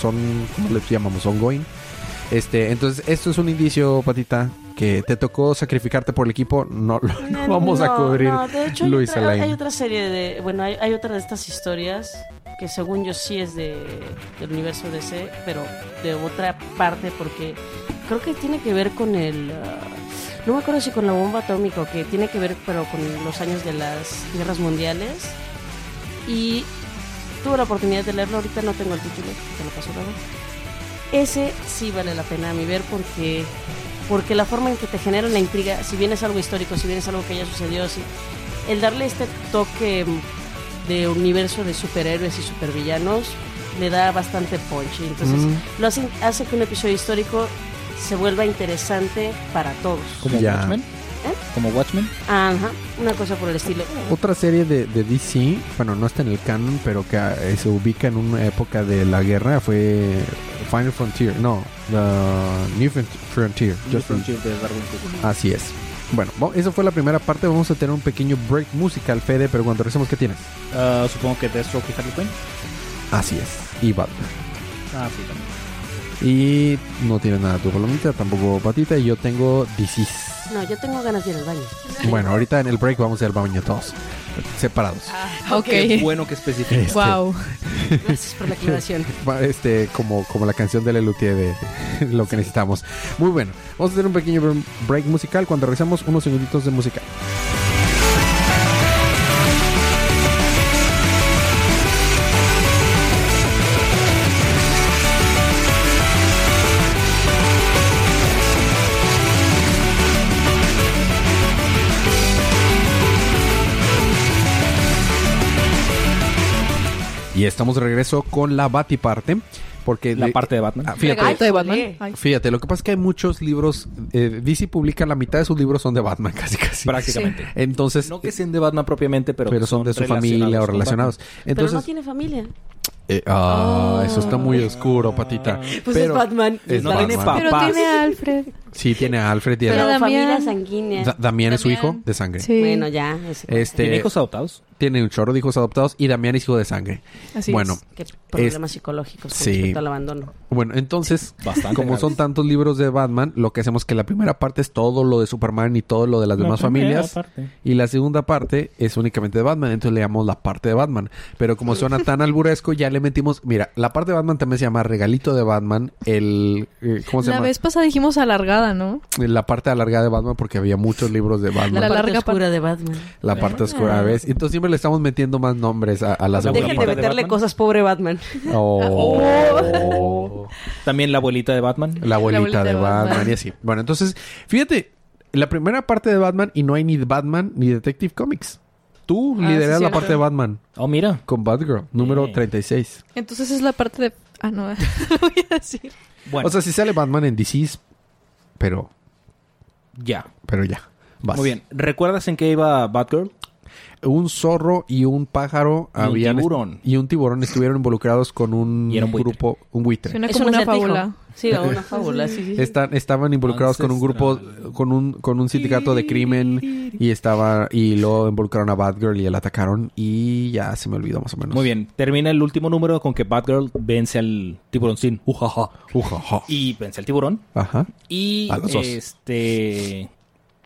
A: son, ¿cómo les llamamos? Ongoing. Este, entonces, esto es un indicio, Patita, que te tocó sacrificarte por el equipo. No, lo- no vamos a
D: No,
A: cubrir
D: no, de hecho, hay
A: Luis
D: otra-
A: Alain.
D: Hay otra serie de. Bueno, hay, hay otra de estas historias que, según yo, sí es de, del universo DC, pero de otra parte, porque creo que tiene que ver con el. ah, no me acuerdo si con la bomba atómica o que tiene que ver, pero con los años de las guerras mundiales. Y tuve la oportunidad de leerlo, ahorita no tengo el título, te lo paso luego. Ese sí vale la pena a mi ver porque porque la forma en que te generan la intriga, si bien es algo histórico, si bien es algo que ya sucedió, si- el darle este toque mm, de universo de superhéroes y supervillanos le da bastante punch. Y Entonces,
A: Mm.
D: lo hace, hace que un episodio histórico se vuelva interesante para todos.
B: Como
A: Ya.
B: Watchmen.
D: ¿Eh?
B: Como Watchmen.
D: Ajá, una cosa por el estilo.
A: Otra serie de, de DC, bueno, no está en el canon, pero que eh, se ubica en una época de la guerra, fue Final Frontier, no, The New Fron- Frontier.
B: New
A: Just-
B: Frontier de Darwin Cook.
A: Así es. Bueno, va- esa fue la primera parte, vamos a tener un pequeño break musical, Fede, pero cuando regresemos, ¿qué tienes?
B: Ah, supongo que Deathstroke y Harley Quinn.
A: Así es, y Batman.
B: Ah, sí, también.
A: Y no tienes nada tu palomita, tampoco patita, y yo tengo DCs.
D: No, yo tengo ganas de ir al baño.
A: Bueno, ahorita en el break vamos a ir al baño todos, separados.
B: Ah, Qué
C: Ok.
B: bueno que especifique.
A: Este,
C: Wow.
D: Gracias por la aclaración.
A: va, este, como, como la canción de Lelutier de de lo que necesitamos. Muy bueno, vamos a hacer un pequeño bre- break musical cuando regresamos unos segunditos de música. Y estamos de regreso con la Batiparte, porque
B: La
A: de-
B: parte de Batman.
A: Ah, fíjate,
C: Regalito de Batman.
D: Ay,
C: Ay.
A: Fíjate, lo que pasa es que hay muchos libros. eh, DC publica la mitad de sus libros son de Batman, casi casi.
B: prácticamente.
A: Entonces,
B: No que sean de Batman propiamente, pero,
A: pero,
B: que
A: son de su familia o
B: con
A: relacionados.
D: Pero
A: Entonces,
D: no tiene familia.
A: eh, ah,
C: Oh.
A: eso está muy oscuro, patita.
D: Pues
A: pero,
D: es Batman.
A: es
B: No tiene
A: Batman.
C: Pero
B: Papás.
C: tiene a Alfred.
A: Sí, tiene a Alfred y a
D: Pero
A: la-
C: Damián-
D: familia sanguínea.
A: Da- Damián es su
C: Damián.
A: hijo de sangre.
C: Sí.
D: Bueno, ya. ese-
A: Este,
B: Batman. ¿Tiene hijos adoptados?
A: tiene un chorro de hijos adoptados y Damián es hijo de sangre.
C: Así
A: bueno,
C: es.
D: Qué problemas psicológicos con
A: sí.
D: respecto al abandono.
A: Bueno, entonces,
B: Bastante
A: como
B: graves.
A: son tantos libros de Batman, lo que hacemos es que la primera parte es todo lo de Superman y todo lo de las demás familias. Y la segunda parte es únicamente de Batman, entonces le llamamos la parte de Batman. Pero como suena tan alburesco, ya le metimos. Mira, la parte de Batman también se llama regalito de Batman. El. eh, ¿Cómo se
C: La
A: llama?
C: vez pasada dijimos alargada, ¿no?
A: La parte alargada de Batman, porque había muchos libros de Batman.
C: La Ah.
A: La,
C: la- larga
D: parte oscura
C: par-
D: de Batman.
A: parte oscura, ¿ves? Entonces siempre le estamos metiendo más nombres a, a la segunda
B: Dejen
D: Dejen
B: de
D: de
A: parte.
B: Batman.
D: meterle
B: Batman.
D: cosas, pobre Batman.
A: Oh.
B: También la abuelita de Batman.
A: La abuelita,
C: abuelita
A: de
C: de
A: Batman.
C: Batman.
A: y así. Bueno, entonces, fíjate, la primera parte de Batman y no hay ni Batman ni Detective Comics. Tú
C: Ah,
A: lideras
C: sí,
A: la
C: cierto.
A: parte de Batman
B: Oh, mira.
A: con Batgirl, número
B: Eh.
A: 36.
C: Entonces es la parte de... Ah, no, no voy a decir.
B: Bueno,
A: O sea, sí sale Batman en DC's, pero,
B: ya.
A: pero ya. Vas.
B: Muy bien. ¿Recuerdas en qué iba Batgirl?
A: Un zorro y un pájaro
B: Y un
A: habían
B: tiburón.
A: y un tiburón estuvieron involucrados con un,
B: Y era un buitre.
A: grupo, un buitre.
C: Suena como una
D: acertijo.
C: fábula.
D: Sí, o una fábula, sí, sí, sí.
A: Esta- estaban involucrados con un grupo,
B: Ancestral.
A: con un, con un sindicato de crimen y estaba, y luego involucraron a Batgirl y la atacaron y ya se me olvidó más o menos.
B: Muy bien. Termina el último número con que Batgirl vence al tiburoncín. Ujaja.
A: Ujaja.
B: Y vence al tiburón.
A: Ajá.
B: Y
A: A los dos.
B: este.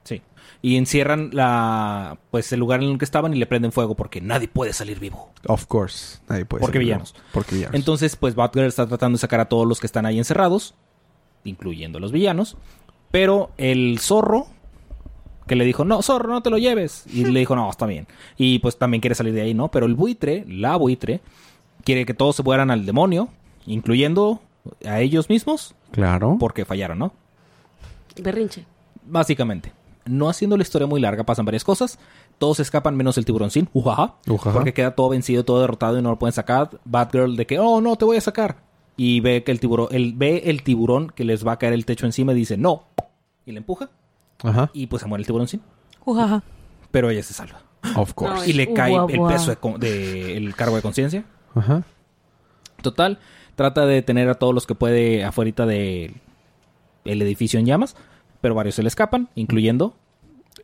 B: Sí. Y encierran la. Pues el lugar en el que estaban y le prenden fuego porque nadie puede salir vivo.
A: Of course. Nadie puede
B: Porque
A: ser, ¿no?
B: villanos.
A: Porque villanos.
B: Entonces, pues Batgirl está tratando de sacar a todos los que están ahí encerrados, incluyendo a los villanos. Pero el zorro, que le dijo, no, zorro, no te lo lleves. Y le dijo, no, está bien. Y pues también quiere salir de ahí, ¿no? Pero el buitre, la buitre, quiere que todos se fueran al demonio, incluyendo a ellos mismos,
A: claro.
B: porque fallaron, ¿no?
D: Berrinche.
B: Básicamente. No haciendo la historia muy larga, pasan varias cosas. Todos escapan menos el tiburoncín. Ujaja.
A: Ujaja.
B: Porque queda todo vencido, todo derrotado y no lo pueden sacar. Batgirl de que, oh, no, te voy a sacar. Y ve que el tiburón, el, ve el tiburón que les va a caer el techo encima y dice, no. Y le empuja.
A: Ajá.
B: Y pues se muere el tiburoncín.
C: Ujaja.
B: Pero ella se salva.
A: Of course.
D: No,
B: Y le
D: es-
B: cae
D: guau,
B: el
D: guau.
B: peso de, con- de- el cargo de conciencia.
A: Ajá.
B: Total, trata de tener a todos los que puede afuera del el edificio en llamas, pero varios se le escapan, incluyendo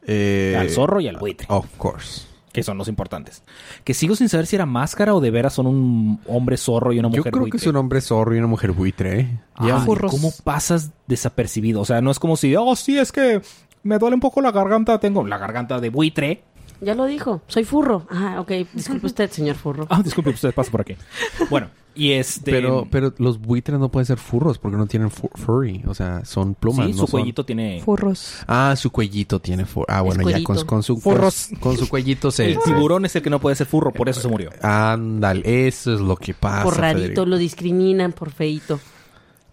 A: Eh,
B: al zorro y al buitre,
A: Of course.
B: que son los importantes. Que sigo sin saber si era máscara o de veras son un hombre zorro y una
A: Yo
B: mujer
A: creo que
B: buitre.
A: es un hombre zorro y una mujer buitre, ¿eh?
B: Ah,
C: Ya. Furros.
B: ¿Cómo pasas desapercibido? O sea, no es como si, oh, sí, es que me duele un poco la garganta, tengo la garganta de buitre.
D: Ya lo dijo, soy furro. Ah, ok, disculpe usted, señor furro.
B: Ah, disculpe, usted pasa por aquí. Bueno, y este...
A: Pero, pero los buitres no pueden ser furros porque no tienen fu- furry. O sea, son plumas.
B: sí,
A: no
B: su
A: son-
B: cuellito tiene...
C: Furros.
A: Ah, su cuellito tiene furro. Ah, bueno, ya con,
D: cuellito.
A: con su
B: Furros.
A: Con, su cuellito se.
B: El tiburón es el que no puede ser furro, por eso se murió.
A: Ándale, eso es lo que pasa.
D: por rarito,
A: Federico.
D: lo discriminan por feito.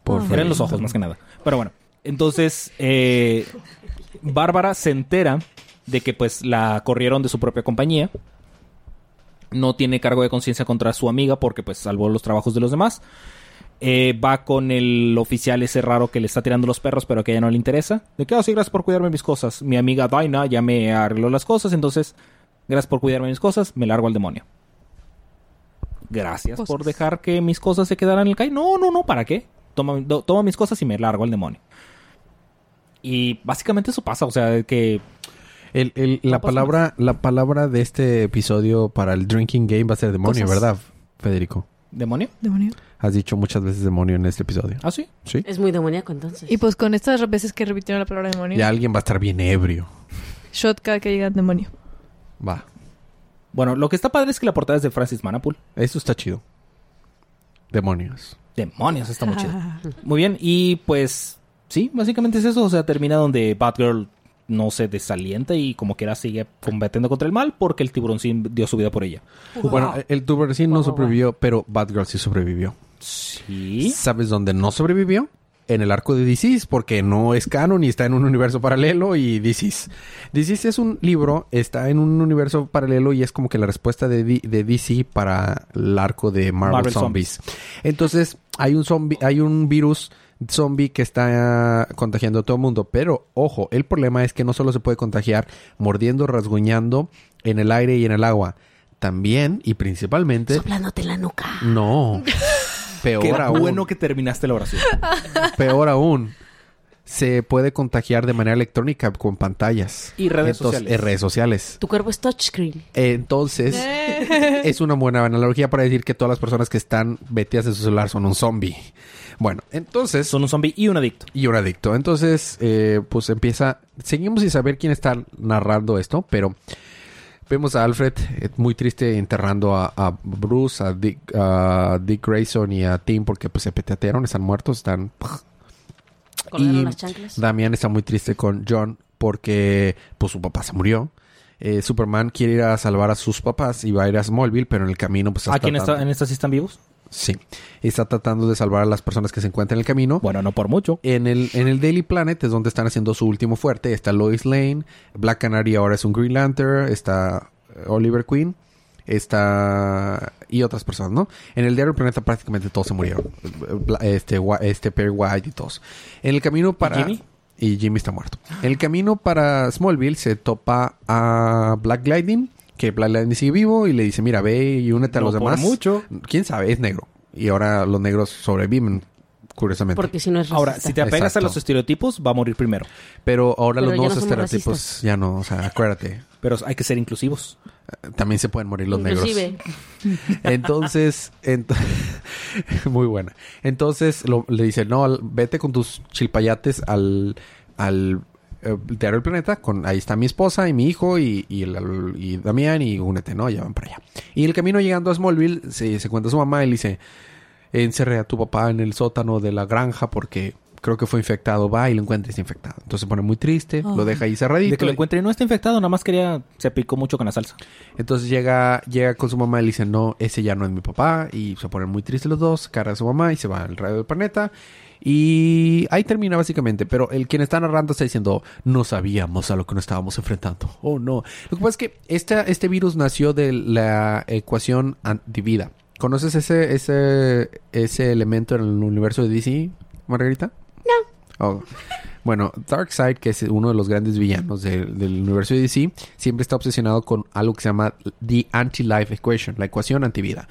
A: Por
B: Eran
A: Federico.
B: los ojos, más que nada. Pero bueno, entonces eh, Bárbara se entera de que pues la corrieron de su propia compañía. No tiene cargo de conciencia contra su amiga porque pues salvó los trabajos de los demás. Eh, va con el oficial ese raro que le está tirando los perros pero que a ella no le interesa. De que, "Ah, sí, gracias por cuidarme mis cosas. Mi amiga Daina ya me arregló las cosas, entonces gracias por cuidarme mis cosas, me largo al demonio. Gracias por
C: Cosas.
B: dejar que mis cosas se quedaran en el calle. No, no, no, ¿para qué? Toma, do- toma mis cosas y me largo al demonio. Y básicamente eso pasa, o sea, que
A: El- el- la,
B: No pasa
A: palabra, la palabra de este episodio para el drinking game va a ser demonio,
C: Cosas.
A: ¿verdad, Federico?
B: demonio.
C: Demonio.
A: Has dicho muchas veces demonio en este episodio.
B: Ah, sí.
A: ¿Sí?
D: Es muy demoníaco entonces.
C: Y pues con estas veces que repitieron la palabra demonio,
A: Ya alguien va a estar bien ebrio.
C: shot cada que digan demonio.
A: Va.
B: Bueno, lo que está padre es que la portada es de Francis Manapool.
A: Eso está chido. Demonios.
B: Demonios, está muy chido. Muy bien, y pues sí, básicamente es eso. O sea, termina donde Batgirl no se desalienta y como quiera sigue combatiendo contra el mal porque el tiburoncín dio su vida por ella.
A: Bueno, el tubercín no
D: Guau, guau,
A: sobrevivió, pero Batgirl sí sobrevivió.
B: Sí.
A: ¿Sabes dónde no sobrevivió? En el arco de DC's, porque no es canon y está en un universo paralelo y DC's. DC's es un libro, está en un universo paralelo y es como que la respuesta de, D- de DC para el arco de Marvel,
B: Marvel
A: Zombies. Entonces, hay un zombi- hay un virus zombie que está contagiando a todo el mundo. Pero, ojo, el problema es que no solo se puede contagiar mordiendo, rasguñando en el aire y en el agua. También y principalmente...
F: Soplándote la nuca.
A: No.
B: Qué
A: Peor aún.
B: bueno que terminaste la oración.
A: Peor aún, se puede contagiar de manera electrónica con pantallas.
B: Y redes
A: Entonces,
B: sociales.
A: eh, redes sociales.
D: Tu cuerpo es touchscreen.
A: Entonces, es una buena analogía para decir que todas las personas que están metidas en su celular son un zombie. Bueno, entonces...
B: Son un zombie y un adicto.
A: Y un adicto. Entonces, eh, pues empieza... Seguimos sin saber quién está narrando esto, pero... Vemos a Alfred eh, muy triste enterrando a, a Bruce, a Dick, a Dick Grayson y a Tim porque pues se peteatearon, están muertos, están
D: Colgaron
A: y
D: las chanclas.
A: Damián está muy triste con John porque pues su papá se murió. Eh, Superman quiere ir a salvar a sus papás y va a ir a Smallville, pero en el camino pues
B: ¿A quién está,
A: tratando-
B: en estas sí están vivos?
A: Sí. Está tratando de salvar a las personas que se encuentran en el camino.
B: Bueno, no por mucho.
A: En el, en el Daily Planet es donde están haciendo su último fuerte. Está Lois Lane, Black Canary ahora es un Green Lantern, está eh, Oliver Queen, está... y otras personas, ¿no? En el Daily Planet prácticamente todos se murieron. Bla- Este, Wa- este Perry White y todos. En el camino para...
B: Jimmy?
A: Y Jimmy está muerto. En el camino para Smallville se topa a Black Lightning, que Black Lightning sigue vivo y le dice, mira, ve y únete a
B: No
A: los
B: por
A: demás.
B: mucho.
A: ¿Quién sabe? Es negro. Y ahora los negros sobreviven, curiosamente.
D: Porque si no es
B: Ahora,
D: racista.
B: si te apegas a
A: Exacto.
B: los estereotipos, va a morir primero.
A: Pero ahora
D: Pero
A: los
D: ya
A: nuevos
D: no somos
A: estereotipos
D: racistas.
A: ya no, o sea, acuérdate.
B: Pero hay que ser inclusivos.
A: eh, También se pueden morir los
D: Inclusive,
A: negros. Entonces, ento- muy buena. Entonces lo- le dice, no, al- vete con tus chilpayates al, al eh, Teatro del Planeta. Con, ahí está mi esposa y mi hijo y, y, el- y Damián y únete, ¿no? Ya van para allá. Y en el camino llegando a Smallville se, se cuenta su mamá y le dice, encerré a tu papá en el sótano de la granja porque creo que fue infectado, va y lo encuentra y está infectado. Entonces se pone muy triste,
C: Ah.
A: lo deja ahí cerradito.
B: De que lo encuentre y no está infectado, nada más quería. Se picó mucho con la salsa.
A: Entonces llega, llega con su mamá y le dice, no, ese ya no es mi papá. Y se ponen muy tristes los dos, cara a su mamá y se va al radio del planeta. Y ahí termina básicamente, pero el quien está narrando está diciendo, no sabíamos a lo que nos estábamos enfrentando. Oh, no. Lo que pasa es que esta, este virus nació de la ecuación an- divida. ¿Conoces ese, ese, ese elemento en el universo de DC, Margarita? No. Oh. Bueno, Darkseid, que es uno de los grandes villanos de- del universo de DC, siempre está obsesionado con algo que se llama The Anti-Life Equation, la ecuación antivida.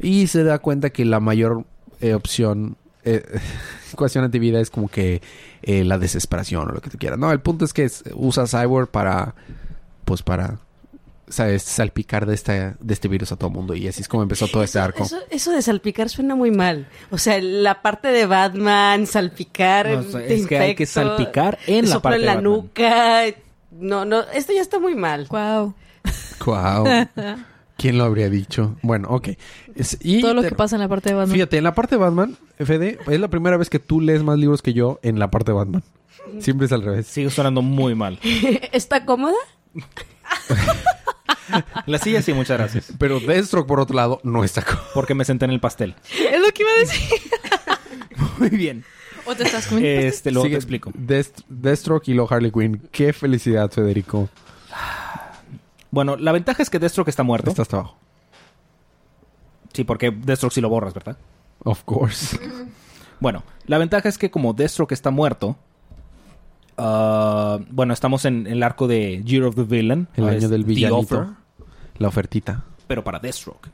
A: Y se da cuenta que la mayor eh, opción, eh, ecuación antivida es como que eh, la desesperación o lo que tú quieras. No, el punto es que es- usa Cyborg para, pues para, ¿sabes? salpicar de, esta, de este virus a todo el mundo. Y así es como empezó todo este arco.
D: Eso, eso de salpicar suena muy mal. O sea, la parte de Batman, salpicar.
B: No, o sea,
D: te
B: es que hay que
D: infecto,
B: salpicar en
D: te
B: la
D: soplo
B: parte
D: en
B: de
D: la
B: Batman.
D: nuca. No, no, esto ya está muy mal.
C: Wow.
A: Wow. ¿Quién lo habría dicho? Bueno, ok. Es- y
C: Todo lo
A: te-
C: que pasa en la parte de Batman.
A: Fíjate, en la parte de Batman, Fede, es la primera vez que tú lees más libros que yo en la parte de Batman. Siempre es al revés.
B: Sigue sonando muy mal.
D: ¿Está cómoda?
B: La silla sí, muchas gracias.
A: Pero Deathstroke, por otro lado, no está co-
B: Porque me senté en el pastel.
C: Es lo que iba a decir.
B: Muy bien.
C: O Oh, te estás
A: eh,
C: comiendo.
B: Este, luego
A: Sigue
B: te explico.
A: Death- Deathstroke y luego Harley Quinn. Qué felicidad, Federico.
B: Bueno, la ventaja es que Deathstroke está muerto.
A: Está hasta abajo.
B: Sí, porque Deathstroke sí lo borras, ¿verdad?
A: Of course.
B: Bueno, la ventaja es que como Deathstroke está muerto... ah, bueno, estamos en el arco de Year of the Villain.
A: El
B: Ah,
A: año
B: es
A: del
B: The Offer,
A: villanito. La ofertita.
B: pero para Deathstroke.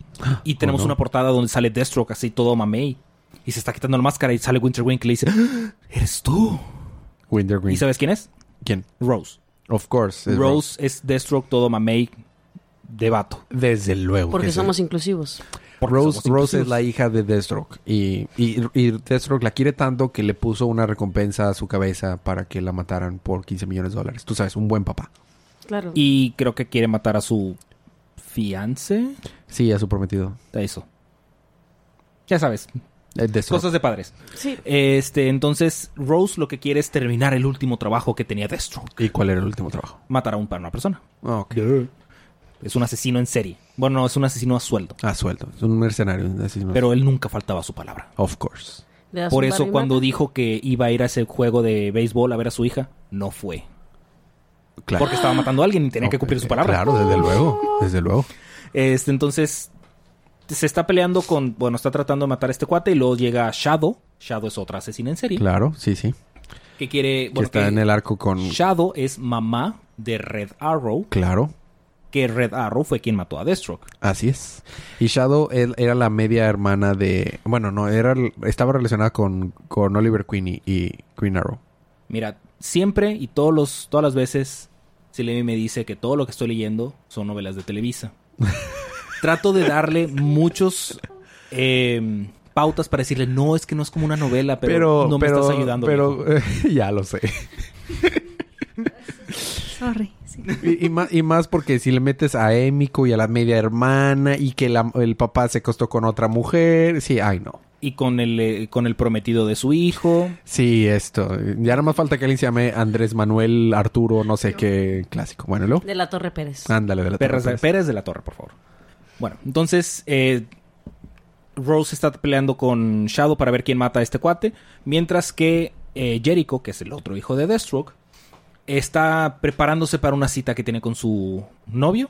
B: Y tenemos
A: no.
B: una portada donde sale Deathstroke así todo mamey. Y se está quitando la máscara y sale Winter Wing que le dice... ¡Ah! ¡Eres tú!
A: Winter Green.
B: ¿Y sabes quién es?
A: ¿Quién?
B: Rose.
A: Of course. es
B: Rose, es Deathstroke todo mamey de vato.
A: Desde luego.
D: Porque
A: que sí.
D: somos inclusivos.
B: Porque
A: Rose,
B: somos
A: Rose es
B: inclusivos.
A: la hija de Deathstroke y, y, y Deathstroke la quiere tanto que le puso una recompensa a su cabeza para que la mataran por 15 millones de dólares. Tú sabes, un buen papá.
D: Claro.
B: Y creo que quiere matar a su fiance.
A: Sí, a su prometido.
B: Eso. Ya sabes,
A: Eh, Deathstroke.
B: cosas de padres.
D: Sí.
B: Este, entonces, Rose lo que quiere es terminar el último trabajo que tenía Deathstroke.
A: ¿Y cuál era el último trabajo?
B: Matar a un, a una persona.
A: Ah, ok.
B: Es un asesino en serie. Bueno, no, es un asesino a sueldo.
A: Ah, suelto. Es un mercenario. un asesino.
B: Pero él nunca faltaba a su palabra.
A: Of course.
D: Le das
B: Por
D: un
B: eso
D: barrimata.
B: cuando dijo que iba a ir a ese juego de béisbol a ver a su hija, no fue.
A: Claro.
B: Porque estaba matando a alguien y tenía que
A: Ok,
B: cumplir su palabra.
A: Claro, desde luego. Desde luego.
B: Este, entonces se está peleando con, bueno, está tratando de matar a este cuate y luego llega Shadow. Shadow es otra asesina en serie
A: Claro, sí, sí.
B: que quiere,
A: que
B: bueno,
A: está
B: que
A: en el arco con...
B: Shadow es mamá de Red Arrow,
A: Claro.
B: que Red Arrow fue quien mató a Deathstroke.
A: Así es. Y Shadow él era la media hermana de... Bueno, no, era estaba relacionada con, con Oliver Queen y, y Queen Arrow.
B: Mira, siempre y todos los todas las veces Silemi me dice que todo lo que estoy leyendo son novelas de Televisa. Trato de darle muchos eh, pautas para decirle, "No, es que no es como una novela, pero, no me estás ayudando." viejo".
A: Pero ya lo sé.
E: Sorry. sí.
A: Y, y más, y más porque si le metes a Émico y a la media hermana y que la- el papá se costó con otra mujer. Sí, ay no.
B: y con el eh, con el prometido de su hijo.
A: Sí, esto. Ya nada más falta que alguien se llame Andrés Manuel Arturo, no sé qué clásico. Bueno, luego.
D: De la Torre Pérez.
B: Ah.
A: Ándale, de la
B: Pérez,
A: torre, pues.
B: Pérez de la Torre, por favor. Bueno, entonces eh, Rose está peleando con Shadow para ver quién mata a este cuate, mientras que eh, Jericho, que es el otro hijo de Deathstroke, está preparándose para una cita que tiene con su novio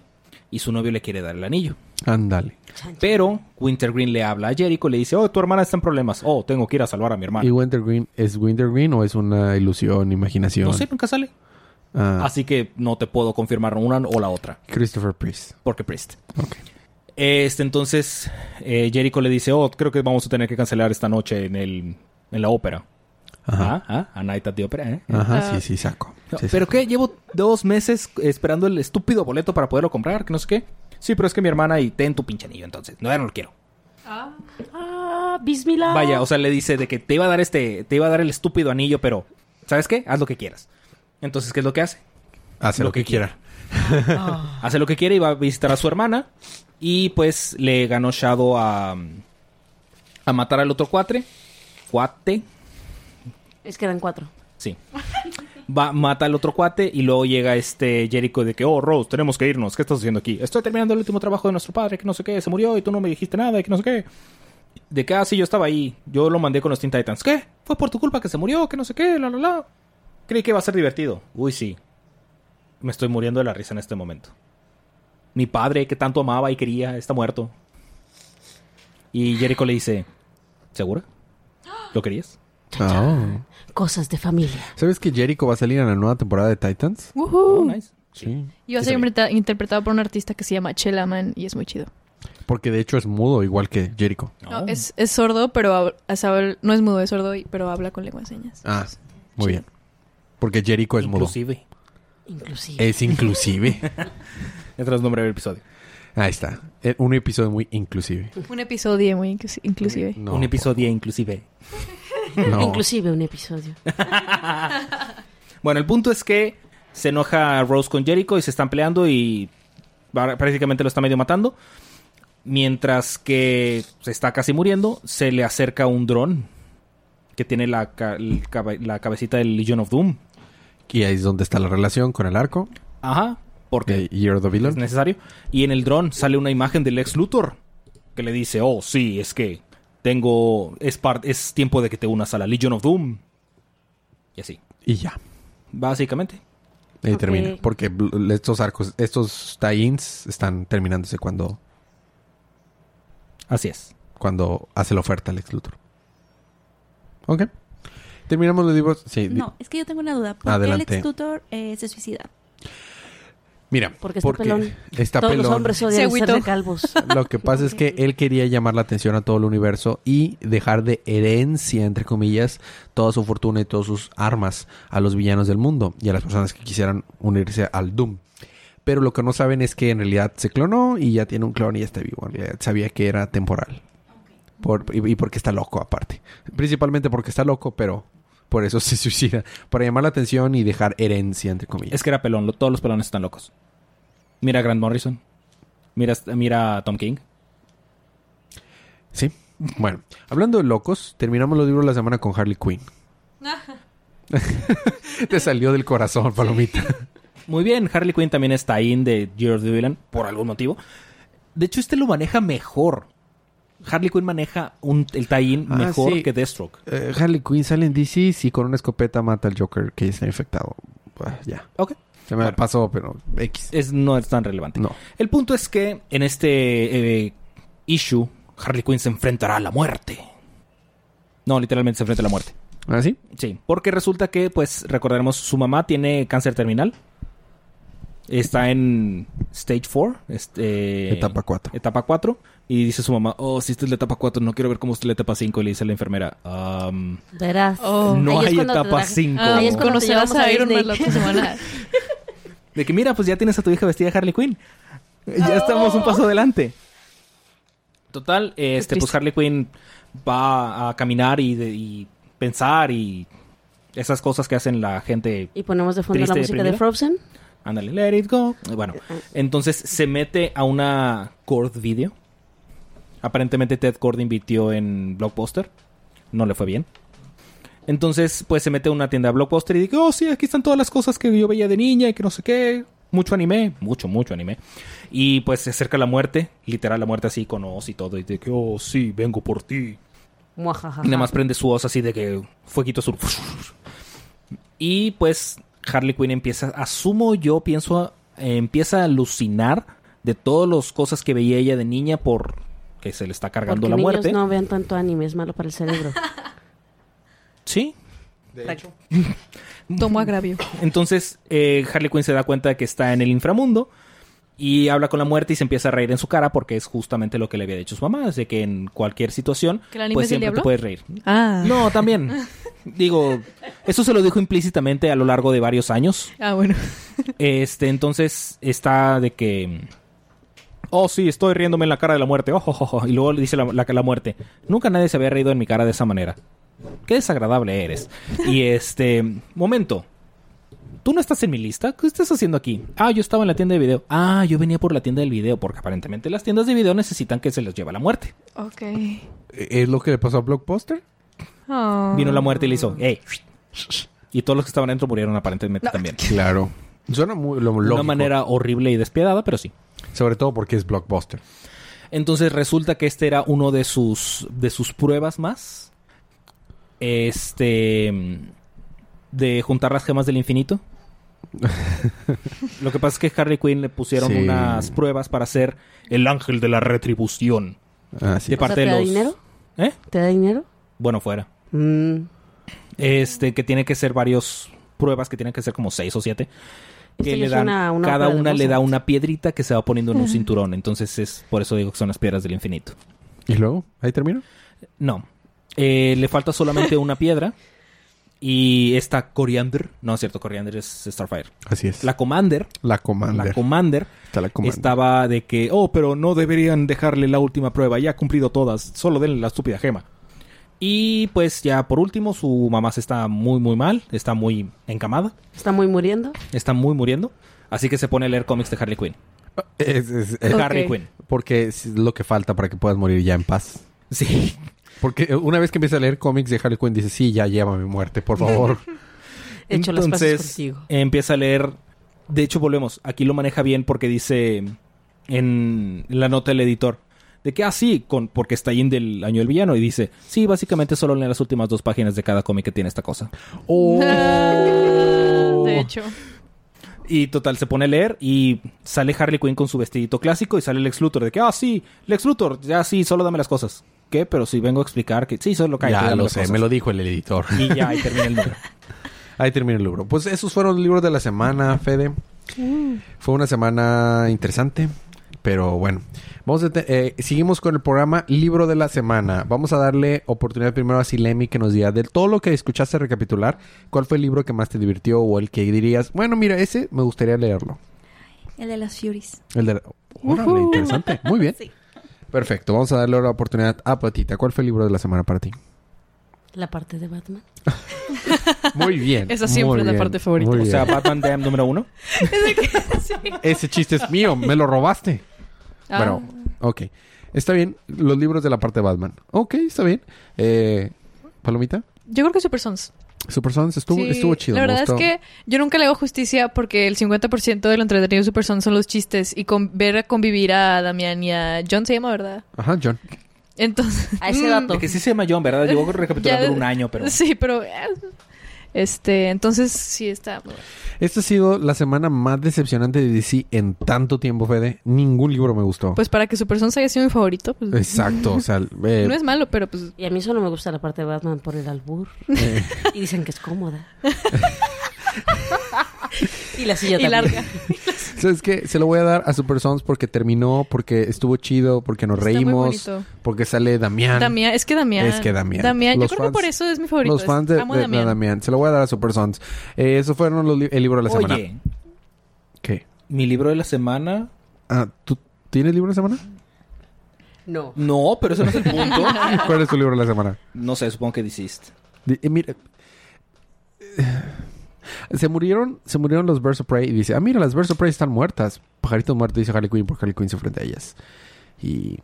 B: y su novio le quiere dar el anillo.
A: Ándale.
B: Pero Wintergreen le habla a Jericho, le dice, oh, tu hermana está en problemas, oh, tengo que ir a salvar a mi
A: ¿Y
B: hermana.
A: Wintergreen es Wintergreen o es una ilusión, imaginación?
B: No sé, nunca sale.
A: Ah,
B: Así que no te puedo confirmar una o la otra.
A: Christopher Priest.
B: Porque Priest.
A: Ok.
B: Este, entonces, eh, Jericho le dice, oh, creo que vamos a tener que cancelar esta noche en, el, en la ópera.
A: Ajá.
B: Ah, ah, a Night at the Opera, ¿eh?
A: Ajá,
C: Ah.
A: sí, sí, saco. Sí,
B: ¿Pero
A: saco.
B: qué? Llevo dos meses esperando el estúpido boleto para poderlo comprar, que no sé qué. Sí, pero es que mi hermana y ten tu pinche anillo, entonces. No, ya no lo quiero.
D: Ah, Bismillah.
B: Vaya, o sea, le dice de que te iba a dar este, te iba a dar el estúpido anillo, pero, ¿sabes qué? Haz lo que quieras. Entonces, ¿qué es lo que hace?
A: Hace
B: lo
A: lo, que,
B: que
A: quiera.
B: hace lo que quiere y va a visitar a su hermana. Y pues le ganó Shadow a, a matar al otro cuatre. Cuate.
D: Es que eran cuatro.
B: Sí. Va, mata al otro cuate y luego llega este Jericho de que, oh, Rose, tenemos que irnos. ¿Qué estás haciendo aquí? Estoy terminando el último trabajo de nuestro padre, que no sé qué, se murió y tú no me dijiste nada, y que no sé qué. De que, ah, sí, yo estaba ahí. Yo lo mandé con los Teen Titans. ¿Qué? Fue por tu culpa que se murió, que no sé qué, la, la, la. Creí que iba a ser divertido. Uy, sí. Me estoy muriendo de la risa en este momento. Mi padre, que tanto amaba y quería, está muerto. Y Jericho le dice, ¿segura? ¿Lo querías?
A: Ah.
F: Cosas de familia.
A: ¿Sabes que Jericho va a salir en la nueva temporada de Titans?
C: ¡Woohoo!
B: Oh, nice.
A: Sí.
C: Y va a
B: Sí, está
C: ser
B: bien.
C: interpreta- interpretado por un artista que se llama Chelaman y es muy chido.
A: Porque de hecho es mudo, igual que Jericho.
C: No,
B: Oh.
C: es, es sordo, pero hab- es hab- no es mudo, es sordo, y- pero habla con lengua de señas.
A: Ah, muy bien. Porque Jericho es
B: Inclusive.
F: Inclusive.
A: mudo.
B: Eh,
A: Es inclusive.
B: Mientras nombre del episodio.
A: Ahí está. Eh, Un episodio muy inclusive.
C: Un episodio muy inclus- inclusive.
A: No,
B: un episodio inclusive.
A: por- no.
F: Inclusive un episodio.
B: Bueno, el punto es que se enoja Rose con Jericho y se están peleando y va- prácticamente lo está medio matando. Mientras que se está casi muriendo, se le acerca un dron que tiene la, ca- el cabe- la cabecita del Legion of Doom.
A: Y ahí es donde está la relación con el arco.
B: Ajá, porque
A: De Year of the
B: es
A: Villain.
B: necesario. Y en el dron sale una imagen del ex Luthor que le dice, oh, sí, es que tengo, es, par- es tiempo de que te unas a la Legion of Doom. Y así,
A: Y ya.
B: básicamente.
A: Ahí
D: Ok.
A: termina. Porque bl- estos arcos, estos tie-ins están terminándose cuando,
B: Así es.
A: cuando hace la oferta Lex Luthor. Ok. Terminamos los libros. Sí. di-
E: No, es que yo tengo una duda. ¿Por
A: Adelante.
E: qué Lex Luthor eh, se suicida?
A: Mira.
D: Porque está pelón.
A: está
D: Todos los
A: pelón.
D: hombres odian
C: Seguito.
D: ser de calvos.
A: Lo que pasa es que él quería llamar la atención a todo el universo y dejar de herencia, entre comillas, toda su fortuna y todas sus armas a los villanos del mundo y a las personas que quisieran unirse al Doom. Pero lo que no saben es que en realidad se clonó y ya tiene un clon y ya está vivo. En realidad sabía que era temporal. Por- y, y porque está loco aparte. Principalmente porque está loco, pero por eso se suicida. Para llamar la atención y dejar herencia, entre comillas.
B: Es que era pelón, lo- todos los pelones están locos. Mira a Grant Morrison. Mira, mira a Tom King.
A: Sí. Bueno, hablando de locos, terminamos los libros la semana con Harley Quinn. Te salió del corazón, palomita.
B: Muy bien, Harley Quinn también está in de George the Villain por algún motivo. De hecho, este lo maneja mejor. Harley Quinn maneja un, el tie-in
A: Ah,
B: mejor
A: sí.
B: que Deathstroke.
A: Eh, Harley Quinn sale en DC y con una escopeta mata al Joker que está infectado. Ah, ya.
B: Ok.
A: Se me
B: Bueno.
A: pasó, pero X.
B: Es, no es tan relevante.
A: No.
B: El punto es que en este eh, issue, Harley Quinn se enfrentará a la muerte. No, literalmente se enfrenta a la muerte.
A: ¿Ah, sí?
B: Sí, porque resulta que, pues, recordaremos, su mamá tiene cáncer terminal. Está en stage 4. Este,
A: Etapa 4.
B: Etapa 4. Y dice su mamá, oh, si esta es la etapa 4, no quiero ver cómo está la etapa 5. Y le dice la enfermera, "Am,
F: Verás.
C: Oh.
B: no
D: Ahí es
B: hay
D: cuando te
B: etapa
D: traje-
B: 5.
C: Ah,
D: Ahí es cuando te
C: conocerás
D: llevamos a
C: a Iron Man la
D: Disney.
C: otra semana.
B: De que, mira, pues ya tienes a tu hija vestida de Harley Quinn. Ya estamos un
D: Oh.
B: paso adelante. Total, este, pues
C: triste.
B: Harley Quinn va a caminar y, de- y pensar y esas cosas que hacen la gente
D: Y ponemos de fondo la
B: Triste y
D: música de
B: deprimida.
D: Frozen.
B: Ándale, let it go. Bueno, entonces se mete a una Cord video. Aparentemente Ted Cord invirtió en Blockbuster. No le fue bien. Entonces, pues se mete a una tienda de Blockbuster y dice, oh sí, aquí están todas las cosas que yo veía de niña y que no sé qué. Mucho anime, mucho, mucho anime. Y pues se acerca la muerte, literal la muerte así con os y todo. Y dice, oh sí, vengo por ti.
D: Muajaja.
B: Y nada más prende su voz así de que fueguito azul. Y pues Harley Quinn empieza, asumo yo, pienso, eh, empieza a alucinar de todas las cosas que veía ella de niña por que se le está cargando
D: Porque
B: la
D: niños
B: muerte.
D: no vean tanto anime, es malo para el cerebro.
B: Sí.
C: Tomo agravio.
B: Entonces eh, Harley Quinn se da cuenta de que está en el inframundo y habla con la muerte y se empieza a reír en su cara porque es justamente lo que le había dicho su mamá, de que en cualquier situación
C: ¿Que el anime
B: pues
C: es del
B: siempre te
C: diablo?
B: puedes reír.
C: Ah.
B: No, también. Digo, eso se lo dijo implícitamente a lo largo de varios años.
C: Ah, bueno.
B: Este, entonces está de que. Oh, sí, estoy riéndome en la cara de la muerte. Oh, oh, oh, oh". Y luego le dice la, la, la muerte. Nunca nadie se había reído en mi cara de esa manera. Qué desagradable eres. Y este. Momento. ¿Tú no estás en mi lista? ¿Qué estás haciendo aquí? Ah, yo estaba en la tienda de video. Ah, yo venía por la tienda del video. Porque aparentemente las tiendas de video necesitan que se les lleve la muerte.
C: Ok.
A: eh, ¿Es lo que le pasó a Blockbuster?
C: Oh.
B: Vino la muerte y le hizo, hey, Y todos los que estaban dentro murieron aparentemente también.
A: Claro. Suena muy lo
B: De
A: lógico.
B: una manera horrible y despiadada, pero sí.
A: Sobre todo porque es blockbuster.
B: Entonces resulta que este era uno de sus de sus pruebas más. Este de juntar las gemas del infinito. Lo que pasa es que Harley Quinn le pusieron
A: Sí.
B: unas pruebas para ser el ángel de la retribución.
A: Así
B: De
A: es.
B: parte
F: ¿te
B: de
F: da
B: los-
F: dinero?
B: ¿Eh?
F: ¿Te da dinero?
B: Bueno, fuera.
F: Mm,
B: Este, que tiene que ser varios pruebas, que tienen que ser como seis o siete.
F: Esto
B: Que
F: ya
B: le dan,
F: suena a una
B: cada
F: ópera de
B: una le da
F: Mozart.
B: una piedrita que se va poniendo en un cinturón. Entonces es por eso digo que son las piedras del infinito.
A: ¿Y luego? ¿Ahí termino?
B: No. Eh, le falta solamente una piedra. Y esta Coriander. No, es cierto, Coriander es Starfire.
A: Así es.
B: La Commander.
A: La Commander.
B: La Commander.
A: Está la Commander.
B: Estaba de que, oh, pero no deberían dejarle la última prueba. Ya ha cumplido todas. Solo denle la estúpida gema. Y pues ya por último, su mamá se está muy, muy mal. Está muy encamada.
F: ¿Está muy muriendo?
B: Está muy muriendo. Así que se pone a leer cómics de Harley Quinn.
A: Es- es-
B: De
A: es-
B: Harley Quinn.
A: Porque es lo que falta para que puedas morir ya en paz.
B: Sí.
A: Porque eh, una vez que empiezas a leer cómics de Harley Quinn, dices, sí, ya lleva mi muerte, por favor.
F: He hecho las
B: Entonces,
F: paces contigo.
B: Empieza a leer. De hecho, volvemos. Aquí lo maneja bien porque dice en la nota del editor. De que, ah, sí, con, porque está ahí en del año del villano. Y dice, sí, básicamente solo leen las últimas dos páginas de cada cómic que tiene esta cosa.
A: Oh.
C: De hecho.
B: Y total, se pone a leer y sale Harley Quinn con su vestidito clásico y sale Lex Luthor. De que, ah, sí, Lex Luthor, ya sí, solo dame las cosas. ¿Qué? Pero si vengo a explicar que, sí, solo cae.
A: ya lo sé, me lo dijo el editor.
B: Y ya, ahí termina el número.
A: Ahí termina el libro. Pues esos fueron los libros de la semana, Fede.
C: Mm.
A: Fue una semana interesante, pero bueno. Vamos a te- eh, seguimos con el programa Libro de la Semana. Vamos a darle oportunidad primero a Silemi que nos diga de todo lo que escuchaste recapitular, cuál fue el libro que más te divirtió o el que dirías, bueno, mira, ese me gustaría leerlo.
E: El de las Furies.
A: El de... Órale, interesante. Muy bien.
E: Sí.
A: Perfecto. Vamos a darle ahora oportunidad a Patita. ¿Cuál fue el libro de la semana para ti?
F: La parte de Batman.
A: Muy bien.
C: Esa siempre
A: muy
C: es la
A: bien,
C: parte favorita.
A: muy
B: O sea,
A: bien.
B: Batman Damn número uno.
A: ese chiste es mío, me lo robaste.
C: Ah.
A: Bueno, ok. Está bien. Los libros de la parte de Batman. Ok, está bien. Eh, Palomita,
C: Yo creo que Super Sons.
A: Super Sons estuvo,
C: Sí,
A: estuvo chido.
C: La
A: me
C: verdad es
A: gustó.
C: que yo nunca le hago justicia porque el 50% de lo entretenido de Super Sons son los chistes y con, ver a convivir a Damián y a John se llama, ¿verdad?
A: Ajá, John.
C: Entonces.
F: A ese
C: Mm,
F: dato.
B: De que sí se llama John, ¿verdad? Llevo recapitulando
C: ya-
B: un año, pero...
C: Sí, pero. eh, Este, entonces sí está. muy bueno.
A: Esta ha sido la semana más decepcionante de DC en tanto tiempo, Fede. Ningún libro me gustó.
C: Pues para que Super Sons haya sido mi favorito, pues.
A: Exacto. O sea, eh,
C: No es malo, pero pues.
F: Y a mí solo me gusta la parte de Batman por el albur. Y dicen que es cómoda. y la silla
C: Y
F: también.
C: larga.
A: ¿sabes qué? Se lo voy a dar a Super Sons porque terminó, porque estuvo chido, porque nos
C: Está muy
A: reímos,
C: bonito.
A: porque sale Damián.
C: Damián, es que Damián.
A: Es que Damián.
C: Damián,
A: Los
C: yo creo que
A: fans-
C: por eso es mi favorito.
A: Los fans de,
C: Amo a
A: de- de
C: Damián.
A: Damián. Se lo voy a dar a Super Sons. Eh, eso fueron los li- el libro de la semana.
B: Oye,
A: ¿Qué?
B: mi libro de la semana...
A: Ah, ¿Tú tienes libro de la semana?
F: No.
B: No, pero eso no es el punto.
A: ¿Cuál es tu libro de la semana?
B: No sé, supongo que desist.
A: Di- eh, mira, eh, se murieron, se murieron los Birds of Prey y dice, ah, mira, las Birds of Prey están muertas. Pajaritos muertos, dice Harley Quinn, porque Harley Quinn se enfrenta a ellas. Y...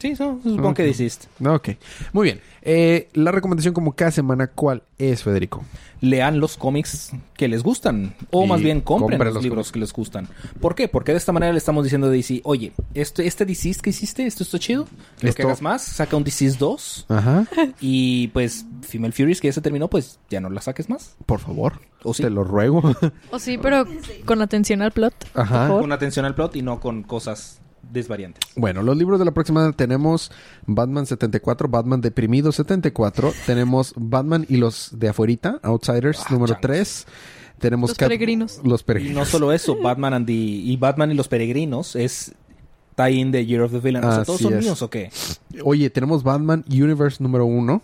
B: Sí, no, supongo que
A: Ok.
B: desist.
A: No, ok. Muy bien. Eh, la recomendación como cada semana, ¿cuál es, Federico?
B: Lean los cómics que les gustan. O
A: Y
B: más bien compren
A: compren
B: los,
A: los
B: libros que les gustan. ¿Por qué? Porque de esta manera le estamos diciendo a DC, oye, este, este desist que hiciste, esto está chido. Lo que
A: Esto-
B: hagas más, saca un desist 2.
A: Ajá.
B: Y pues Female Furies, que ya se terminó, pues ya no la saques más.
A: Por favor.
B: ¿O sí?
A: Te lo ruego.
C: O Oh, sí, pero con atención al plot.
A: Ajá.
C: Por favor.
B: Con atención al plot y no con cosas desvariantes.
A: Bueno, los libros de la próxima tenemos Batman 74, Batman Deprimido 74, tenemos Batman y los de afuerita, Outsiders número
B: changos.
A: 3, tenemos
C: Los
A: Cat-
C: peregrinos.
A: Los
B: Y no
A: peregrinos.
B: solo eso, Batman and the, y Batman y los peregrinos es tie-in de Year of the Villain. O sea, ¿todos
A: Así
B: son
A: es.
B: míos o qué?
A: Oye, tenemos Batman Universe número 1.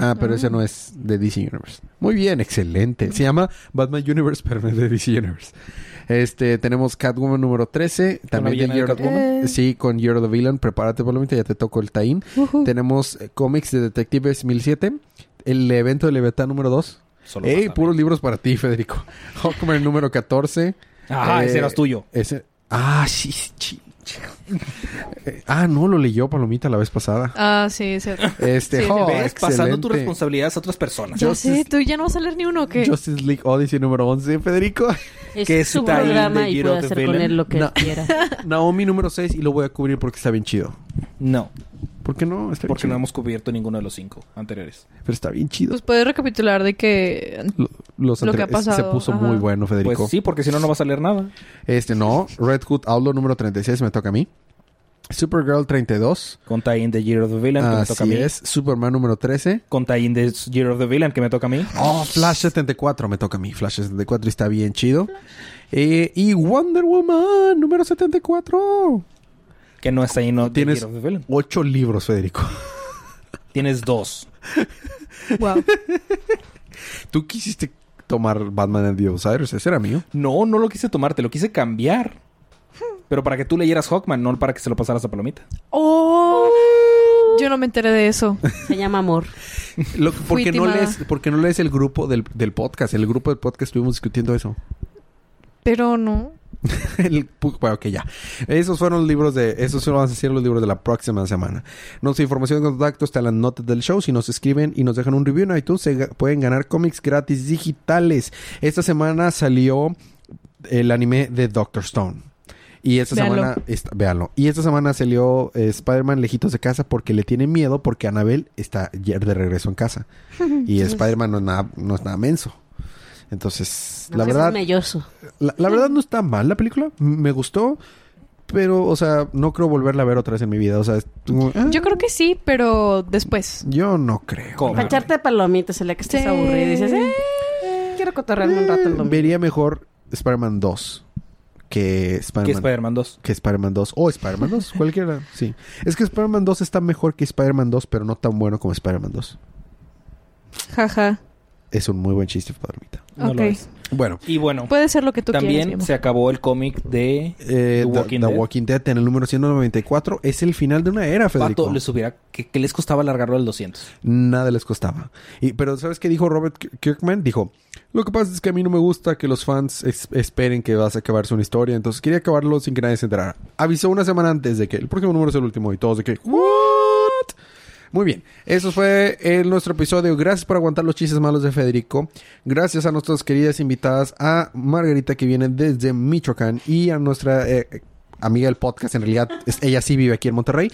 A: Ah, pero ese no es de DC Universe. Muy bien, excelente. Se llama Batman Universe, pero no es de DC Universe. Este, tenemos Catwoman número 13, también de
B: villana de
A: Year of-
C: Catwoman. Eh.
A: Sí, con Year of the Villain. Prepárate, Palomita, ya te toco el taín.
C: Ujú.
A: Tenemos eh, cómics de Detective 2007, el evento de Leviatán número 2.
B: Solo
A: Ey,
B: Batman.
A: puros libros para ti, Federico. Hawkman número 14. Eh,
B: Ajá, ese eras tuyo.
A: Ese... Ah, sí, sí, chi- Eh, ah, no, lo leyó Palomita la vez pasada.
C: Ah, sí, es cierto.
A: Este,
C: Sí,
A: oh,
B: Ves pasando tus
A: excelente.
B: responsabilidades a otras personas.
C: Ya
A: Justice-
C: sé, tú ya no vas a leer ni uno, ¿o ¿qué?
A: Justice League Odyssey número 11, Federico.
D: Es
B: Que
D: su
B: está ahí
D: programa
B: de
D: y
B: Year
D: puede
B: of the
D: hacer con
B: Villain.
D: él lo que
A: No.
D: él quiera.
A: Naomi número 6 y lo voy a cubrir porque está bien chido.
B: No,
A: ¿Por qué no? Está bien
B: porque
A: chido.
B: no hemos cubierto ninguno de los cinco anteriores.
A: Pero está bien chido.
C: Pues puedes recapitular de que...
A: Lo- los
C: lo que
A: anteriores-
C: ha pasado,
A: Se puso
C: ajá.
A: muy bueno, Federico.
B: Pues sí, porque si no, no vas a leer nada.
A: Este, no. Red Hood Outlaw número 36 me toca a mí. Supergirl 32.
B: Con Tie-in the Year of the
C: pues,
B: Villain, que me toca a
A: Así
B: mí.
A: es. Superman número 13.
B: Con Tie-in the Year of the Villain, que me toca a mí.
A: Oh, Flash 74 me toca a mí. Flash 74 y está bien chido. Eh, y Wonder Woman número 74.
B: Que no está ahí, no
A: Tienes
B: Year of the Villain.
A: ocho libros, Federico.
B: Tienes dos.
C: Wow.
A: Tú quisiste tomar Batman and the Outsiders. Ese era mío.
B: No, no lo quise tomar, te lo quise cambiar. Pero para que tú leyeras Hawkman, no para que se lo pasaras a Palomita.
C: ¡Oh! Yo no me enteré de eso.
D: Se llama amor.
A: Lo- porque, no
C: timada.
A: lees, porque no lees el grupo del, del podcast. El grupo del podcast estuvimos discutiendo eso.
C: Pero no.
A: El pu- bueno, ok, ya. Esos fueron los libros de... Esos van a ser los libros de la próxima semana. Nuestra información de contacto está en las notas del show. Si nos escriben y nos dejan un review en iTunes, se ga- pueden ganar cómics gratis digitales. Esta semana salió el anime de Doctor Stone. Y esta
C: Véanlo.
A: semana... Esta, véanlo. Y esta semana salió eh, Spider-Man lejitos de casa porque le tienen miedo porque Anabel está ya de regreso en casa. Y Spider-Man no es nada, no es nada menso. Entonces, la
D: Nada más
A: verdad...
D: Es melloso.
A: La, la verdad no está mal la película. M- Me gustó. Pero, o sea, no creo volverla a ver otra vez en mi vida. O sea, es como, ah,
C: Yo creo que sí, pero después.
A: yo no creo.
B: ¿Cómo?
A: la
D: Para echarte de palomitas el día que estés
C: Sí.
D: aburrido y dices, eh, quiero
A: verdad.
D: cotorrearme un rato el domingo.
A: Vería mejor Spider-Man 2 que
B: Que
A: Spider-Man
B: Spider-Man 2.
A: que Spider-Man 2 o Spider-Man 2, cualquiera, sí. Es que Spider-Man 2 está mejor que Spider-Man 2, pero no tan bueno como Spider-Man 2.
C: Jaja.
A: Es un muy buen chiste, Palomita.
B: No lo
C: Ok.
B: es.
A: Bueno,
B: Y bueno,
C: Puede ser lo que Pues, tú
B: también
C: quieras. mi amor.
B: se acabó el cómic de
A: eh, The,
B: The Walking
A: The
B: Dead.
A: Walking Dead en el número 194 es el final de una era, Federico.
B: Pato. Les hubiera, que, que les costaba alargarlo al 200.
A: Nada les costaba. Y, pero ¿sabes qué dijo Robert Kirk- Kirkman? Dijo, lo que pasa es que a mí no me gusta que los fans es- esperen que vas a acabarse una historia, entonces quería acabarlo sin que nadie se enterara. Avisó una semana antes de que el próximo número es el último y todos de que... ¿What? Muy bien, eso fue eh, nuestro episodio. Gracias por aguantar los chistes malos de Federico. Gracias a nuestras queridas invitadas, a Margarita que viene desde Michoacán y a nuestra eh, eh, amiga del podcast. En realidad, es- ella sí vive aquí en Monterrey.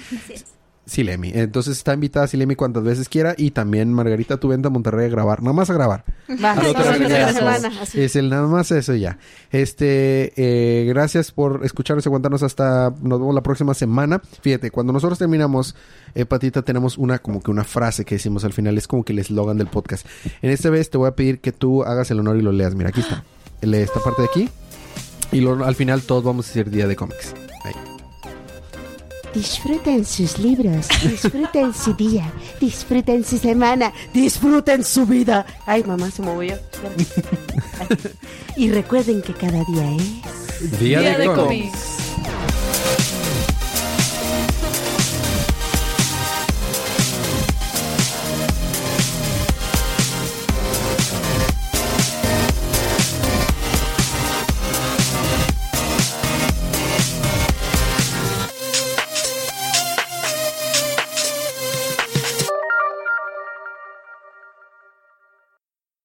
A: Silemi. Entonces está invitada Silemi cuantas veces quiera. Y también Margarita, tú vente a Monterrey a grabar. Nada más a grabar.
D: Va,
A: Al otro
D: vamos a empezar la
A: regreso.
D: semana. Así.
A: Es el nada más eso ya. Este, eh, gracias por escucharnos y aguantarnos hasta. Nos vemos la próxima semana. Fíjate, cuando nosotros terminamos, eh, Patita, tenemos una como que una frase que decimos al final. Es como que el eslogan del podcast. En esta vez te voy a pedir que tú hagas el honor y lo leas. Mira, aquí está. Lee esta parte de aquí. Y luego al final todos vamos a decir día de cómics. Ahí.
G: Disfruten sus libros, disfruten su día, disfruten su semana, disfruten su vida. Ay, mamá, se movió. Espera. Y recuerden que cada día ¿eh? es...
C: Día de
A: cómics.
C: cómics.